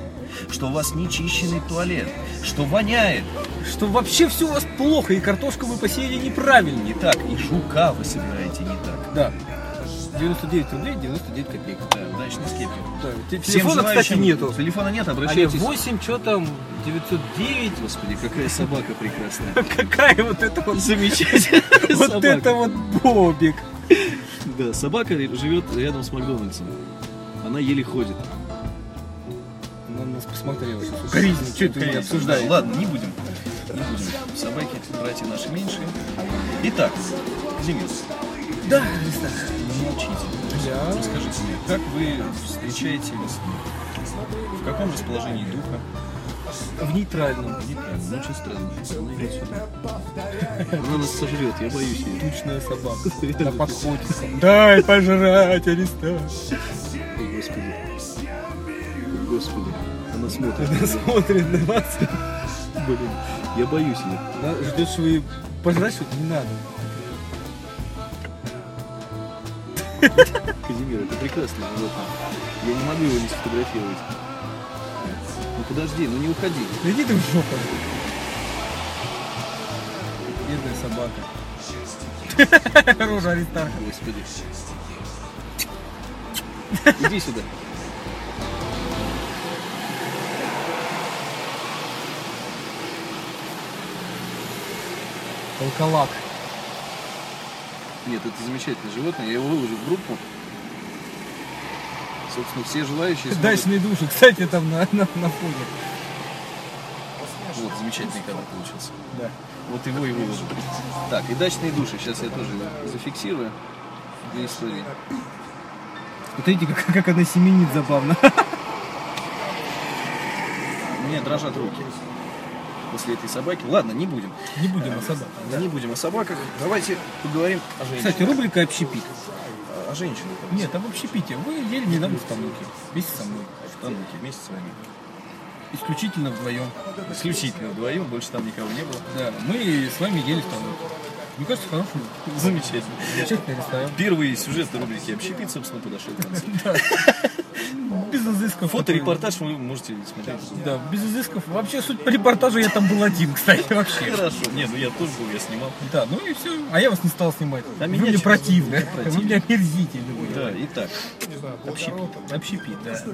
Speaker 2: что у вас нечищенный туалет, что воняет.
Speaker 1: Что вообще все у вас плохо, и картошку вы посеяли неправильно.
Speaker 2: Не так, и жука вы собираете не так.
Speaker 1: Да. 99 рублей 99 копеек.
Speaker 2: Да, дачный скептик.
Speaker 1: Да, те-
Speaker 2: Всем
Speaker 1: Телефона, кстати,
Speaker 2: желающим-
Speaker 1: нету.
Speaker 2: Телефона нет,
Speaker 1: Алле,
Speaker 2: обращайтесь.
Speaker 1: 8, что там, 909.
Speaker 2: Господи, какая собака прекрасная.
Speaker 1: Какая вот эта вот...
Speaker 2: Замечательно.
Speaker 1: Вот это вот Бобик.
Speaker 2: Да, собака живет рядом с Макдональдсом. Она еле ходит.
Speaker 1: Она на нас посмотрела. Укоризненно, что это вы обсуждаете?
Speaker 2: Ладно, не будем. Не будем. Собаки, братья наши меньшие. Итак, Зимин,
Speaker 1: Да, не знаю.
Speaker 2: молчите.
Speaker 1: Я-
Speaker 2: Скажите мне, как вы встречаете весну? В каком расположении духа? ну,
Speaker 1: В нейтральном.
Speaker 4: Нейтрально, очень странно. Она идет сюда. Она нас сожрет, я боюсь ее.
Speaker 1: Тучная собака. На подходе. Дай пожрать, ареста.
Speaker 4: Ой, Господи. Ой, Господи. Она смотрит. на
Speaker 1: Она
Speaker 4: меня.
Speaker 1: смотрит на вас.
Speaker 4: Блин, я боюсь ее.
Speaker 1: Она ждет, что вы ей пожрать что-то не надо.
Speaker 4: Казимир, это прекрасно. Я не могу его не сфотографировать. Ну подожди, ну не уходи.
Speaker 1: Да иди ты в жопу. Бедная собака. Рожа Аристарха.
Speaker 4: Господи. Иди сюда.
Speaker 1: Алкалак.
Speaker 4: Нет, это замечательное животное. Я его выложу в группу. Собственно, все желающие смогут-
Speaker 1: Дачные души, кстати, там на, на, на фоне.
Speaker 4: Вот, замечательный кадр получился.
Speaker 1: Да.
Speaker 4: Вот его и выложу. Так, и дачные души. Сейчас я тоже зафиксирую для истории.
Speaker 1: Вот видите, как, как она семенит забавно.
Speaker 2: У меня дрожат руки после этой собаки. Ладно, не будем.
Speaker 1: Не будем о собаках.
Speaker 2: Да Не будем о собаках. Давайте поговорим о женщинах.
Speaker 1: Кстати, рубрика «Общепит».
Speaker 2: о женщинах.
Speaker 1: Нет, об общепите. Вы ели недавно в Тануке. Вместе со мной.
Speaker 2: В Тануке вместе с вами.
Speaker 1: Исключительно вдвоем.
Speaker 2: Исключительно вдвоем, больше там никого не было.
Speaker 1: Да, мы с вами ели в Тануке. Мне кажется, хороший,
Speaker 2: Замечательно.
Speaker 1: замечательный ресторан.
Speaker 2: Первый сюжет рубрики «Общепит», собственно, подошел к концу.
Speaker 1: Без изысков.
Speaker 2: Фоторепортаж вы можете смотреть.
Speaker 1: Да, без изысков. Вообще, суть по репортажу, я там был один, кстати, вообще.
Speaker 2: Хорошо. Не, ну я тоже был, я снимал.
Speaker 1: Да, ну и все. А я вас не стал снимать.
Speaker 2: А
Speaker 1: Вы
Speaker 2: меня
Speaker 1: мне
Speaker 2: чё-
Speaker 1: противны.
Speaker 2: Вы противны.
Speaker 1: Вы мне мерзительны. вы.
Speaker 2: Да, итак,
Speaker 1: Общепит. Общепит, да. Что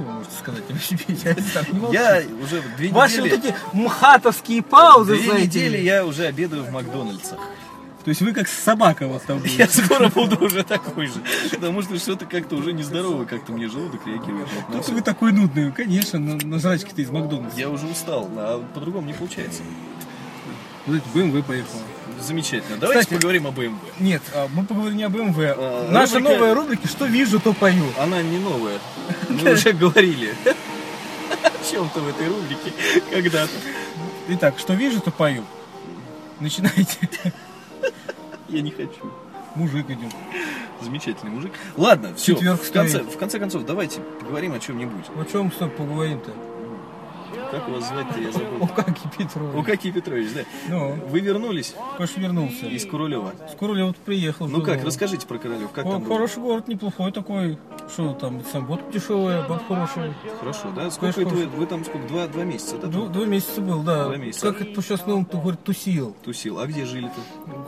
Speaker 1: вы можете сказать об общепите? Так, не могу.
Speaker 2: я уже две
Speaker 1: Ваши вот
Speaker 2: недели...
Speaker 1: эти мхатовские паузы,
Speaker 2: Две
Speaker 1: знаете
Speaker 2: недели
Speaker 1: ли.
Speaker 2: я уже обедаю в Макдональдсах.
Speaker 1: То есть вы как собака у вас там будет.
Speaker 2: Я скоро буду уже такой же. Потому что что-то как-то уже нездорово, как-то мне желудок реагирует. на
Speaker 1: Тут
Speaker 2: всё.
Speaker 1: вы такой нудный, Ну, конечно, на, на жрачке-то из Макдональдса.
Speaker 2: Я уже устал, а по-другому не получается.
Speaker 1: Вот это BMW поехала.
Speaker 2: Замечательно. Давайте
Speaker 1: Кстати-
Speaker 2: поговорим о BMW.
Speaker 1: Нет, а мы поговорим не о BMW.
Speaker 2: А,
Speaker 1: Наша
Speaker 2: рубрика-
Speaker 1: новая рубрика «Что вижу, то пою».
Speaker 2: Она не новая. Мы уже говорили о чем-то в этой рубрике когда-то.
Speaker 1: Итак, «Что вижу, то пою». Начинайте.
Speaker 2: Я не хочу.
Speaker 1: Мужик идет.
Speaker 2: Замечательный мужик. Ладно, все.
Speaker 1: Четверг
Speaker 2: В конце,
Speaker 1: стоит.
Speaker 2: в конце концов, давайте поговорим о чем-нибудь.
Speaker 1: Ну, О чем, что поговорим-то?
Speaker 2: Как вас звать-то, я
Speaker 1: О,
Speaker 2: забыл.
Speaker 1: как и Петров.
Speaker 2: О, Какий Петрович, да.
Speaker 1: Ну,
Speaker 2: Вы вернулись
Speaker 1: Паш вернулся.
Speaker 2: из Курулева.
Speaker 1: Скоро я вот приехал.
Speaker 2: Ну
Speaker 1: здорово.
Speaker 2: как, расскажите про Королев, как
Speaker 1: О,
Speaker 2: там было?
Speaker 1: хороший город, неплохой такой. Что там, сам вот дешевый, баб хороший.
Speaker 2: Хорошо, Ну. да? Сколько это
Speaker 1: Конечно.
Speaker 2: вы, вы там сколько? Два, два месяца, да?
Speaker 1: Ду- Два месяца был, да.
Speaker 2: Два месяца.
Speaker 1: Как это сейчас новым, ты говорит, тусил.
Speaker 2: Тусил. А где жили-то?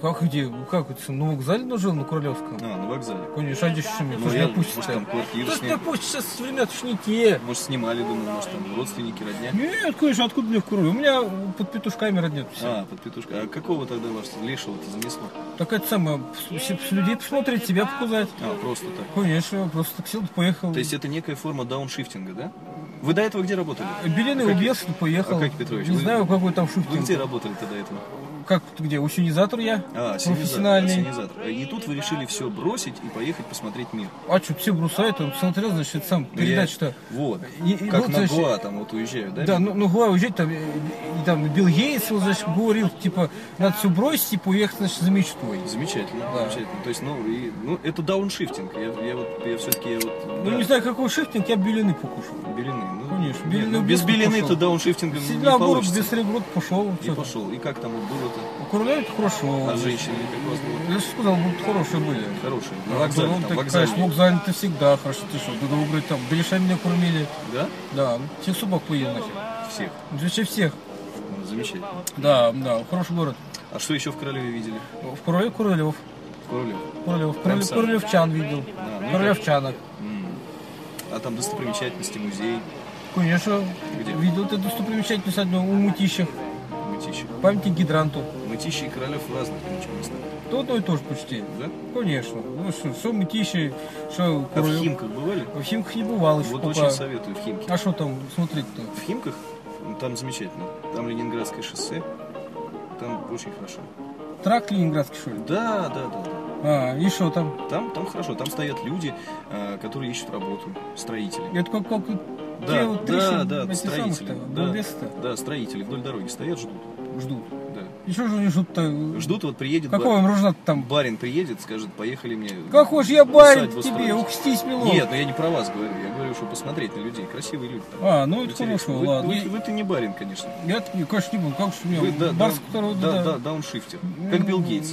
Speaker 1: Как где? Ну, Как это? На вокзале ну, жил на Королевском.
Speaker 2: А, на вокзале.
Speaker 1: Понимаешь, а где еще меня?
Speaker 2: Ну,
Speaker 1: Тоже
Speaker 2: я,
Speaker 1: не
Speaker 2: может, там
Speaker 1: пустится.
Speaker 2: квартиру
Speaker 1: Тоже не
Speaker 2: снимали.
Speaker 1: пустит, сейчас времена уж не те.
Speaker 2: Может, снимали, думал, может, там родственники, родня.
Speaker 1: Нет, конечно, откуда мне в Куруле? У меня под петушками роднет все.
Speaker 2: А, под петушка. А какого тогда вас лешего-то занесло?
Speaker 1: Так это самое, с, с- с людей посмотреть, тебя показать.
Speaker 2: А, просто так.
Speaker 1: Конечно, просто так сел, да поехал.
Speaker 2: То есть это некая форма дауншифтинга, да? Вы до этого где работали?
Speaker 1: Беленый
Speaker 2: Акакий-
Speaker 1: убился, да поехал.
Speaker 2: Акакий а Петрович,
Speaker 1: Не
Speaker 2: вы-
Speaker 1: знаю, какой там шутки.
Speaker 2: Вы где работали-то до этого?
Speaker 1: Как ты где? Усинизатор я?
Speaker 2: А, синизатор.
Speaker 1: профессиональный.
Speaker 2: синизатор. И тут вы решили все бросить и поехать посмотреть мир.
Speaker 1: А что, все бросают, он смотрел, значит, сам
Speaker 2: Ну, я-
Speaker 1: передач-то.
Speaker 2: Вот.
Speaker 1: И- и
Speaker 2: как
Speaker 1: вот,
Speaker 2: на
Speaker 1: значит,
Speaker 2: Гоа там вот уезжают, да?
Speaker 1: Да, ну, ну главное уезжать, там, э, и там Билл Гейтс, вот, значит, говорил, типа, надо все бросить, типа, уехать, значит, за мечтой.
Speaker 2: Замечательно,
Speaker 1: Да.
Speaker 2: замечательно. То есть, ну, и, ну, это дауншифтинг. Я, я вот, я все-таки, я вот...
Speaker 1: Ну,
Speaker 2: да,
Speaker 1: не знаю, какой шифтинг, я белины покушал.
Speaker 2: Белины. Ну,
Speaker 1: Конечно,
Speaker 2: нет,
Speaker 1: Белины
Speaker 2: ну, без
Speaker 1: без
Speaker 2: белины
Speaker 1: пошел.
Speaker 2: то дауншифтинга не
Speaker 1: Сильно город
Speaker 2: получится.
Speaker 1: без сереброт пошел.
Speaker 2: И пошел. И как там вот было-то?
Speaker 1: Курляют хорошо.
Speaker 2: А женщины как у вас было?
Speaker 1: Я же сказал, будут хорошие были.
Speaker 2: Хорошие. На вокзале,
Speaker 1: Ну,
Speaker 2: там,
Speaker 1: так,
Speaker 2: вокзале.
Speaker 1: Конечно, вокзале ты всегда хорошо, ты что, да добрый там, беляшами меня кормили.
Speaker 2: Да?
Speaker 1: Да, ну, всех собак поел нахер.
Speaker 2: Всех.
Speaker 1: Вообще всех.
Speaker 2: Ну, замечательно.
Speaker 1: Да, да, хороший город.
Speaker 2: А что еще в Королеве видели?
Speaker 1: В Курале Куралев.
Speaker 2: В Королеве.
Speaker 1: Куралев. Куралев,
Speaker 2: сам.
Speaker 1: Куралевчан видел.
Speaker 2: А, ну,
Speaker 1: Куралевчанок.
Speaker 2: М. А там достопримечательности, музей,
Speaker 1: Конечно,
Speaker 2: Где?
Speaker 1: видел ты достопримечательность одну у Мутищах.
Speaker 2: мытищи.
Speaker 1: Памятник гидранту.
Speaker 2: Мытищи и Королев разных, я ничего не знаю.
Speaker 1: То одно и то же почти.
Speaker 2: Да?
Speaker 1: Конечно. Ну что, что Мутищи, что
Speaker 2: А в
Speaker 1: Куралев.
Speaker 2: Химках бывали?
Speaker 1: В Химках не бывал еще.
Speaker 2: Вот
Speaker 1: пока.
Speaker 2: очень советую в Химки.
Speaker 1: А что там смотреть-то?
Speaker 2: В Химках, ну, там замечательно. Там Ленинградское шоссе. Там очень хорошо.
Speaker 1: Тракт Ленинградский, что ли?
Speaker 2: Да, да, да, да.
Speaker 1: А, и что там?
Speaker 2: Там, там хорошо, там стоят люди, э, которые ищут работу, строители.
Speaker 1: Это как, как
Speaker 2: Да,
Speaker 1: вот
Speaker 2: да,
Speaker 1: тысячи
Speaker 2: да,
Speaker 1: этих
Speaker 2: строители,
Speaker 1: самых-то,
Speaker 2: да.
Speaker 1: балбес-то.
Speaker 2: Да, строители вдоль дороги стоят, ждут.
Speaker 1: Ждут.
Speaker 2: Да.
Speaker 1: И что же они ждут-то?
Speaker 2: Ждут, вот приедет ба-
Speaker 1: Какого им ружна там?
Speaker 2: барин, приедет, скажет, поехали мне.
Speaker 1: Какой же я барин
Speaker 2: усадьбу
Speaker 1: тебе,
Speaker 2: строить».
Speaker 1: ухстись, милок.
Speaker 2: Нет, ну я не про вас говорю, я говорю, что посмотреть на людей, красивые люди. там.
Speaker 1: А, ну это
Speaker 2: Интересно.
Speaker 1: хорошо,
Speaker 2: Вы-
Speaker 1: ладно.
Speaker 2: Вы, вы-то не барин, конечно.
Speaker 1: Я, я, конечно, не буду, как же у меня,
Speaker 2: Вы, да,
Speaker 1: барс,
Speaker 2: да,
Speaker 1: которого...
Speaker 2: да, да, дауншифтер, как Билл Гейтс.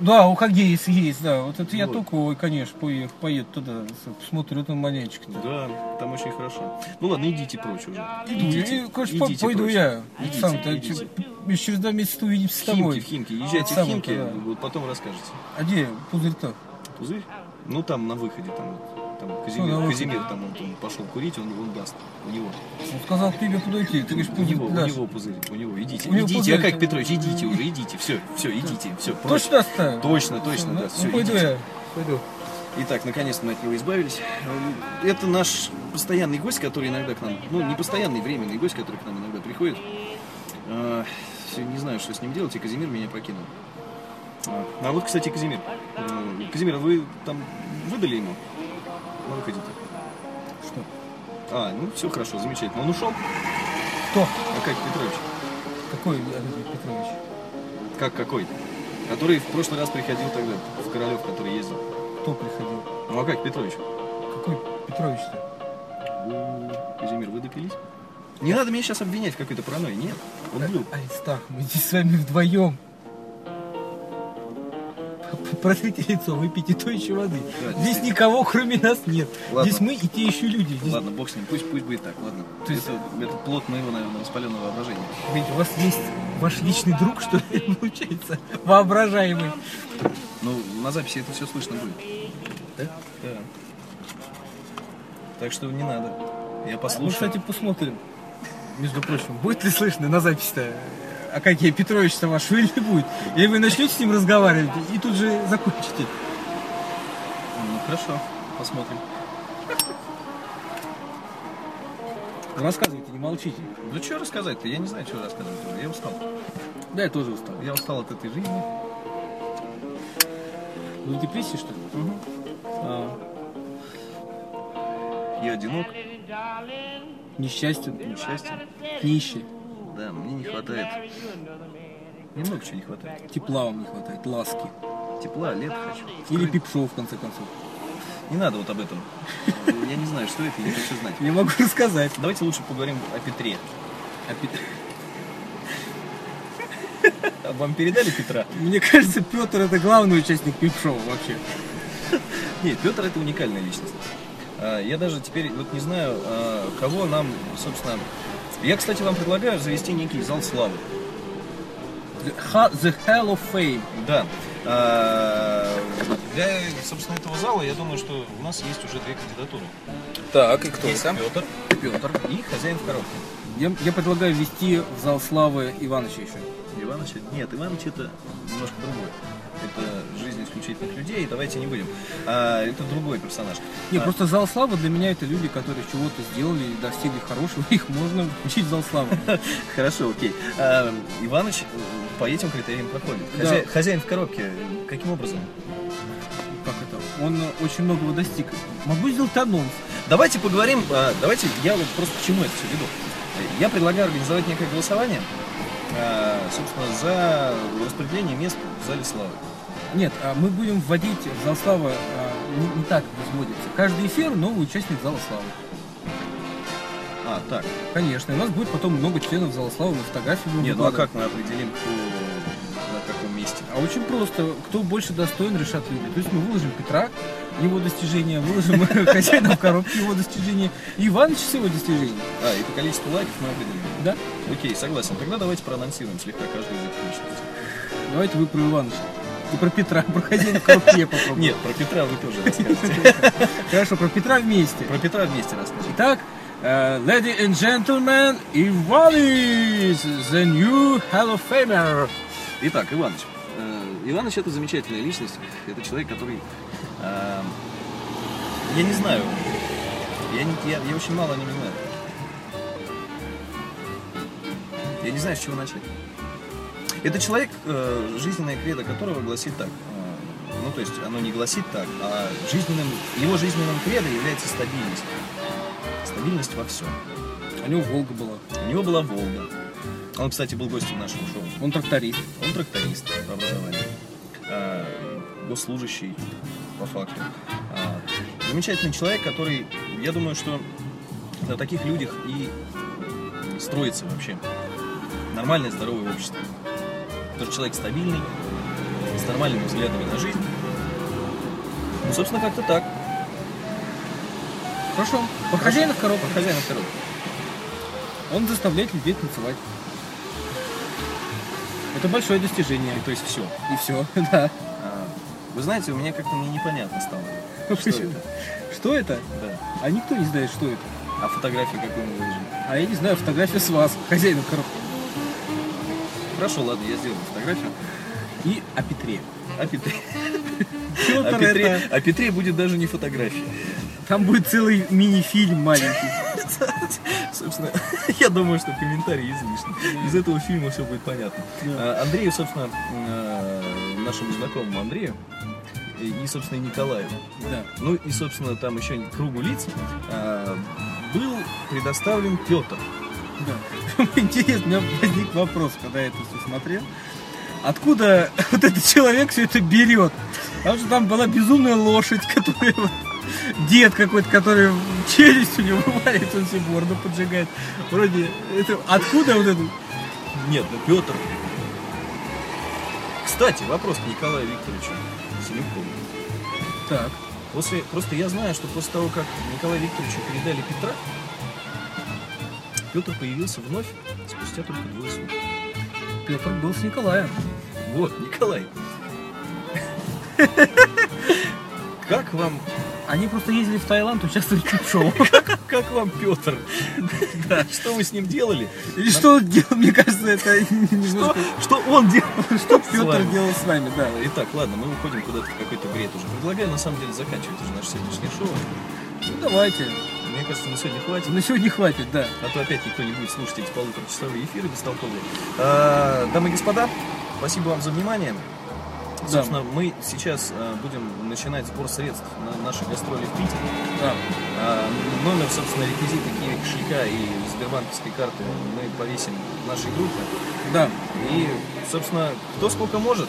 Speaker 1: Да, у как Гейтс есть, да. Вот это я
Speaker 2: Вот.
Speaker 1: только, ой, конечно, поеду, поеду туда, посмотрю там маленечко.
Speaker 2: Да, там очень хорошо. Ну ладно, идите прочь уже.
Speaker 1: Идите,
Speaker 2: Идите,
Speaker 1: и, короче, по-
Speaker 2: идите
Speaker 1: пойду
Speaker 2: прочь.
Speaker 1: я.
Speaker 2: Идите,
Speaker 1: Сам то
Speaker 2: идите.
Speaker 1: через два месяца увидимся с
Speaker 2: В Химки,
Speaker 1: тобой.
Speaker 2: в Химки. Езжайте в
Speaker 1: Сам
Speaker 2: Химки,
Speaker 1: это, да.
Speaker 2: вот потом расскажете.
Speaker 1: А где пузырь-то?
Speaker 2: Пузырь? Ну там на выходе, там, вот, там
Speaker 1: на
Speaker 2: Казимир,
Speaker 1: выходе.
Speaker 2: Казимир там он, он пошел курить, он, он даст. У него.
Speaker 1: Он сказал к тебе подойти, ты говоришь,
Speaker 2: У
Speaker 1: пузырь
Speaker 2: него, у
Speaker 1: дашь.
Speaker 2: него пузырь, у него. Идите,
Speaker 1: У него
Speaker 2: идите,
Speaker 1: пузырь.
Speaker 2: а как Петрович, идите уже, идите. Все, все, идите, все, прочь.
Speaker 1: Точно оставил?
Speaker 2: Точно, точно,
Speaker 1: Ну,
Speaker 2: да, все,
Speaker 1: ну, пойду
Speaker 2: идите.
Speaker 1: я, пойду.
Speaker 2: Итак, наконец-то мы от него избавились. Эм, Это наш постоянный гость, который иногда к нам, ну, не постоянный, временный гость, который к нам иногда приходит. Э, всё, Не знаю, что с ним делать, и Казимир меня покинул. А а вот, кстати, Казимир. Э, Казимир, вы там выдали ему? На выходе-то.
Speaker 1: Что?
Speaker 2: А, ну все хорошо, замечательно. Он ушел?
Speaker 1: Кто?
Speaker 2: А как Петрович?
Speaker 1: Какой Андрей Петрович?
Speaker 2: Как какой? Который в прошлый раз приходил тогда, в Королев, который ездил.
Speaker 1: Кто приходил?
Speaker 2: Ну а как Петрович?
Speaker 1: Какой Петрович-то?
Speaker 2: Вы, Казимир, вы допились? Не надо меня сейчас обвинять в какой-то паранойи, нет. Он был.
Speaker 1: Аристах, мы здесь с вами вдвоем. Протрите лицо, выпейте той еще воды.
Speaker 2: Да,
Speaker 1: Здесь
Speaker 2: действительно.
Speaker 1: никого, кроме нас, нет.
Speaker 2: Ладно.
Speaker 1: Здесь мы и те еще люди. Здесь,
Speaker 2: Ладно, бог с ним, пусть, пусть будет так, ладно.
Speaker 1: То есть-
Speaker 2: это, это плод моего, наверное, воспаленного воображения.
Speaker 1: Видите, у вас есть ваш личный друг, что ли, получается, воображаемый.
Speaker 2: Ну, на записи это все слышно будет. Да? Да. Так что не надо. Я
Speaker 1: Ну,
Speaker 2: послушаю.
Speaker 1: кстати, посмотрим. Между прочим, будет ли слышно на запись-то, а какие Петрович-то ваш или не будет? Или вы начнете с ним разговаривать и тут же закончите.
Speaker 2: Ну, хорошо, посмотрим.
Speaker 1: Рассказывайте, не молчите.
Speaker 2: Ну, что рассказать-то? Я не знаю, что рассказывать. уже. Я устал.
Speaker 1: Да, я тоже устал.
Speaker 2: Я устал от этой жизни.
Speaker 1: Вы в депрессии, что ли? А,
Speaker 2: Я одинок,
Speaker 1: несчастен,
Speaker 2: несчастен.
Speaker 1: нищий.
Speaker 2: Да, мне не хватает. Мне много чего не хватает.
Speaker 1: Тепла вам не хватает, ласки.
Speaker 2: Тепла, лет хочу.
Speaker 1: Или пипшоу, в конце концов.
Speaker 2: Не надо вот об этом. Ну, Я не знаю, что это, я не хочу знать.
Speaker 1: Не могу рассказать.
Speaker 2: Давайте лучше поговорим о Петре.
Speaker 1: А Пет-
Speaker 2: А Вам передали Петра?
Speaker 1: Мне кажется, Петр это главный участник пипшоу вообще.
Speaker 2: Нет, Петр это уникальная личность. А, Я даже теперь вот не знаю, а, кого нам, собственно... Я, кстати, вам предлагаю завести некий зал славы.
Speaker 1: The, ha- the Hall of Fame.
Speaker 2: Да. А, Для, собственно, этого зала, я думаю, что у нас есть уже две кандидатуры.
Speaker 1: Так, и кто
Speaker 2: Есть Петр, Петр и хозяин в коробке.
Speaker 1: Я, я предлагаю ввести в зал славы Ивановича еще.
Speaker 2: Иваныч? Нет, Иваныч это немножко другое. Это жизнь исключительных людей, давайте не будем. А, это другой персонаж.
Speaker 1: Не,
Speaker 2: А,
Speaker 1: просто зал славы для меня это люди, которые чего-то сделали и достигли хорошего, их можно включить в зал славы.
Speaker 2: Хорошо, окей. А, Иваныч э, по этим критериям проходит.
Speaker 1: Да.
Speaker 2: Хозя- Хозяин в коробке, э, каким образом?
Speaker 1: Как это? Он э, очень многого достиг. Могу сделать анонс.
Speaker 2: Давайте поговорим, а, давайте, я вот просто к чему это все веду. Я предлагаю организовать некое голосование, а, собственно, за распределение мест в зале славы.
Speaker 1: Нет, а мы будем вводить в зал славы а, не, не так возводится. Каждый эфир новый участник зала славы.
Speaker 2: А, так.
Speaker 1: Конечно, и у нас будет потом много членов зала славы, мы фотографии будем
Speaker 2: Нет, ну а
Speaker 1: выкладывать.
Speaker 2: как мы определим, кто на каком месте?
Speaker 1: А очень просто, кто больше достоин, решат люди. То есть мы выложим Петра, его достижения, выложим хозяина в коробке, его достижения, и Ивановича с его достижения.
Speaker 2: А, и по количеству лайков мы определим.
Speaker 1: Да?
Speaker 2: Окей, согласен. Тогда давайте проанонсируем слегка каждую из этих личностей.
Speaker 1: Давайте вы про Ивановича. И про Петра, про хозяина в коробке я попробую.
Speaker 2: Нет, про Петра вы тоже расскажете.
Speaker 1: Хорошо, про Петра вместе.
Speaker 2: Про Петра вместе расскажите.
Speaker 1: Итак, э, ladies and gentlemen, Иванович, the new Hall of Famer.
Speaker 2: Итак, Иваныч. Э, Иваныч это замечательная личность. Это человек, который... э, Я не знаю. Я, не- я, я очень мало о нем знаю. Я не знаю, с чего начать. Это человек, э, жизненная кредо которого гласит так. э, Ну, то есть оно не гласит так, а жизненным, его жизненным кредо является стабильность. Стабильность во всем.
Speaker 1: У него Волга была.
Speaker 2: У него была Волга. Он, кстати, был гостем нашего шоу.
Speaker 1: Он тракторист.
Speaker 2: Он тракторист по образованию. А, госслужащий, по факту. А, замечательный человек, который, я думаю, что на таких людях и строится вообще нормальное, здоровое общество. Потому что человек стабильный, с нормальными взглядами на жизнь. Ну, собственно, как-то так.
Speaker 1: Хорошо. По хозяину коробка.
Speaker 2: Хозяин второй.
Speaker 1: Он заставляет людей танцевать. Это большое достижение.
Speaker 2: То есть все.
Speaker 1: И все, да.
Speaker 2: Вы знаете, у меня как-то мне непонятно стало. Что
Speaker 1: Почему?
Speaker 2: это?
Speaker 1: Ну, Что это?
Speaker 2: Да.
Speaker 1: А никто не знает, что это.
Speaker 2: А фотографии какую мы выложим?
Speaker 1: А я не знаю, фотография с вас, хозяина коробки.
Speaker 2: Хорошо, ладно, я сделаю фотографию.
Speaker 1: И о Петре.
Speaker 2: А Петре,
Speaker 1: Всё
Speaker 2: о
Speaker 1: про
Speaker 2: Петре,
Speaker 1: это.
Speaker 2: о Петре будет даже не фотография.
Speaker 1: Там будет целый мини-фильм маленький.
Speaker 2: Собственно, я думаю, что комментарии излишни. Из этого фильма все будет понятно. А, Андрею, собственно, э, нашему знакомому Андрею и, и, собственно, и Николаеву.
Speaker 1: Да.
Speaker 2: Ну и, собственно, там еще кругу лиц э, был предоставлен Петр.
Speaker 1: Да. Интересно, у меня возник вопрос, когда я это все смотрел. Откуда вот этот человек все это берет? Потому что там была безумная лошадь, которая вот, дед какой-то, который челюсть у него валит, он все борду поджигает. Вроде это откуда вот это?
Speaker 2: Нет, ну Петр. Кстати, вопрос к Николаю Викторовичу Синюкову.
Speaker 1: Так.
Speaker 2: После, просто я знаю, что после того, как Николаю Викторовичу передали Петра, Петр появился вновь спустя только двое суток.
Speaker 1: Петр был с Николаем.
Speaker 2: Вот, Николай. Как вам,
Speaker 1: Они просто ездили в Таиланд участвовать в шоу.
Speaker 2: как вам Петр? Что вы с ним делали?
Speaker 1: И что он делал, мне кажется, это немножко...
Speaker 2: Что он делал?
Speaker 1: Что
Speaker 2: с
Speaker 1: Петр
Speaker 2: вами?
Speaker 1: делал с нами, да.
Speaker 2: Итак, ладно, мы уходим куда-то в какой-то бред уже. Предлагаю, на самом деле, заканчивать уже наше сегодняшнее шоу.
Speaker 1: Ну, давайте.
Speaker 2: Мне кажется, на сегодня хватит.
Speaker 1: На сегодня хватит, да.
Speaker 2: А то опять никто не будет слушать эти полуторачасовые эфиры бестолковые. А, дамы и господа, спасибо вам за внимание. Собственно, мы сейчас э, будем начинать сбор средств на наши гастроли в Питере.
Speaker 1: Да.
Speaker 2: А, Номер, собственно, реквизиты Киви кошелька и Сбербанковской карты мы повесим в нашей группе.
Speaker 1: Да.
Speaker 2: И, собственно, кто сколько может,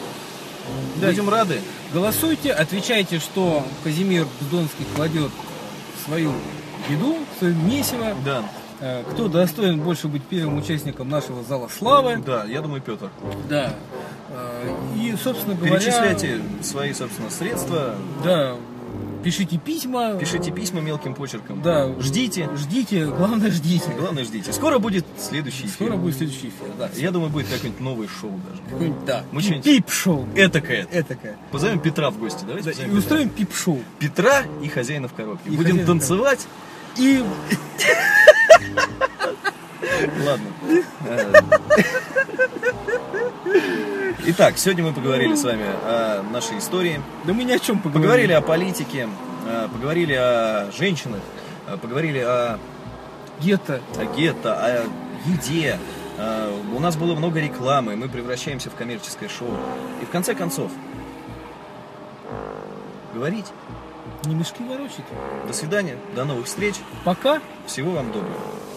Speaker 1: Да.
Speaker 2: будем рады.
Speaker 1: Голосуйте, отвечайте, что Казимир Бздонский кладет свою еду, свое месиво.
Speaker 2: Да,
Speaker 1: Э, Кто достоин больше быть первым участником нашего зала славы.
Speaker 2: да, я думаю, Петр.
Speaker 1: Да. Э, И, собственно говоря...
Speaker 2: Перечисляйте свои, собственно, средства,
Speaker 1: Да. Пишите письма.
Speaker 2: пишите письма мелким почерком.
Speaker 1: Да.
Speaker 2: Ждите.
Speaker 1: Ждите, главное ждите.
Speaker 2: Главное, ждите. Скоро будет следующий эфир.
Speaker 1: Скоро будет следующий эфир.
Speaker 2: Да, я думаю, будет какое-нибудь новое шоу даже.
Speaker 1: Какой-нибудь, Да.
Speaker 2: Мы что-нибудь-
Speaker 1: Пип-шоу.
Speaker 2: Этакое.
Speaker 1: Этакое.
Speaker 2: Позовем Петра в гости. Давайте
Speaker 1: Да,
Speaker 2: позовем
Speaker 1: и
Speaker 2: Петра.
Speaker 1: устроим пип-шоу.
Speaker 2: Петра и хозяина в
Speaker 1: И
Speaker 2: коробке. Будем
Speaker 1: хозяина в коробке.
Speaker 2: танцевать.
Speaker 1: И
Speaker 2: Ладно. Э, Итак, сегодня мы поговорили с вами о нашей истории.
Speaker 1: да мы ни о чем поговорим.
Speaker 2: Поговорили о политике, э, поговорили о женщинах, э, поговорили о
Speaker 1: гетто.
Speaker 2: о гетто, о еде. Э, а У нас было много рекламы, мы превращаемся в коммерческое шоу. И в конце концов, говорить.
Speaker 1: Не мешки ворочать.
Speaker 2: До свидания, до новых встреч,
Speaker 1: Пока.
Speaker 2: всего вам доброго.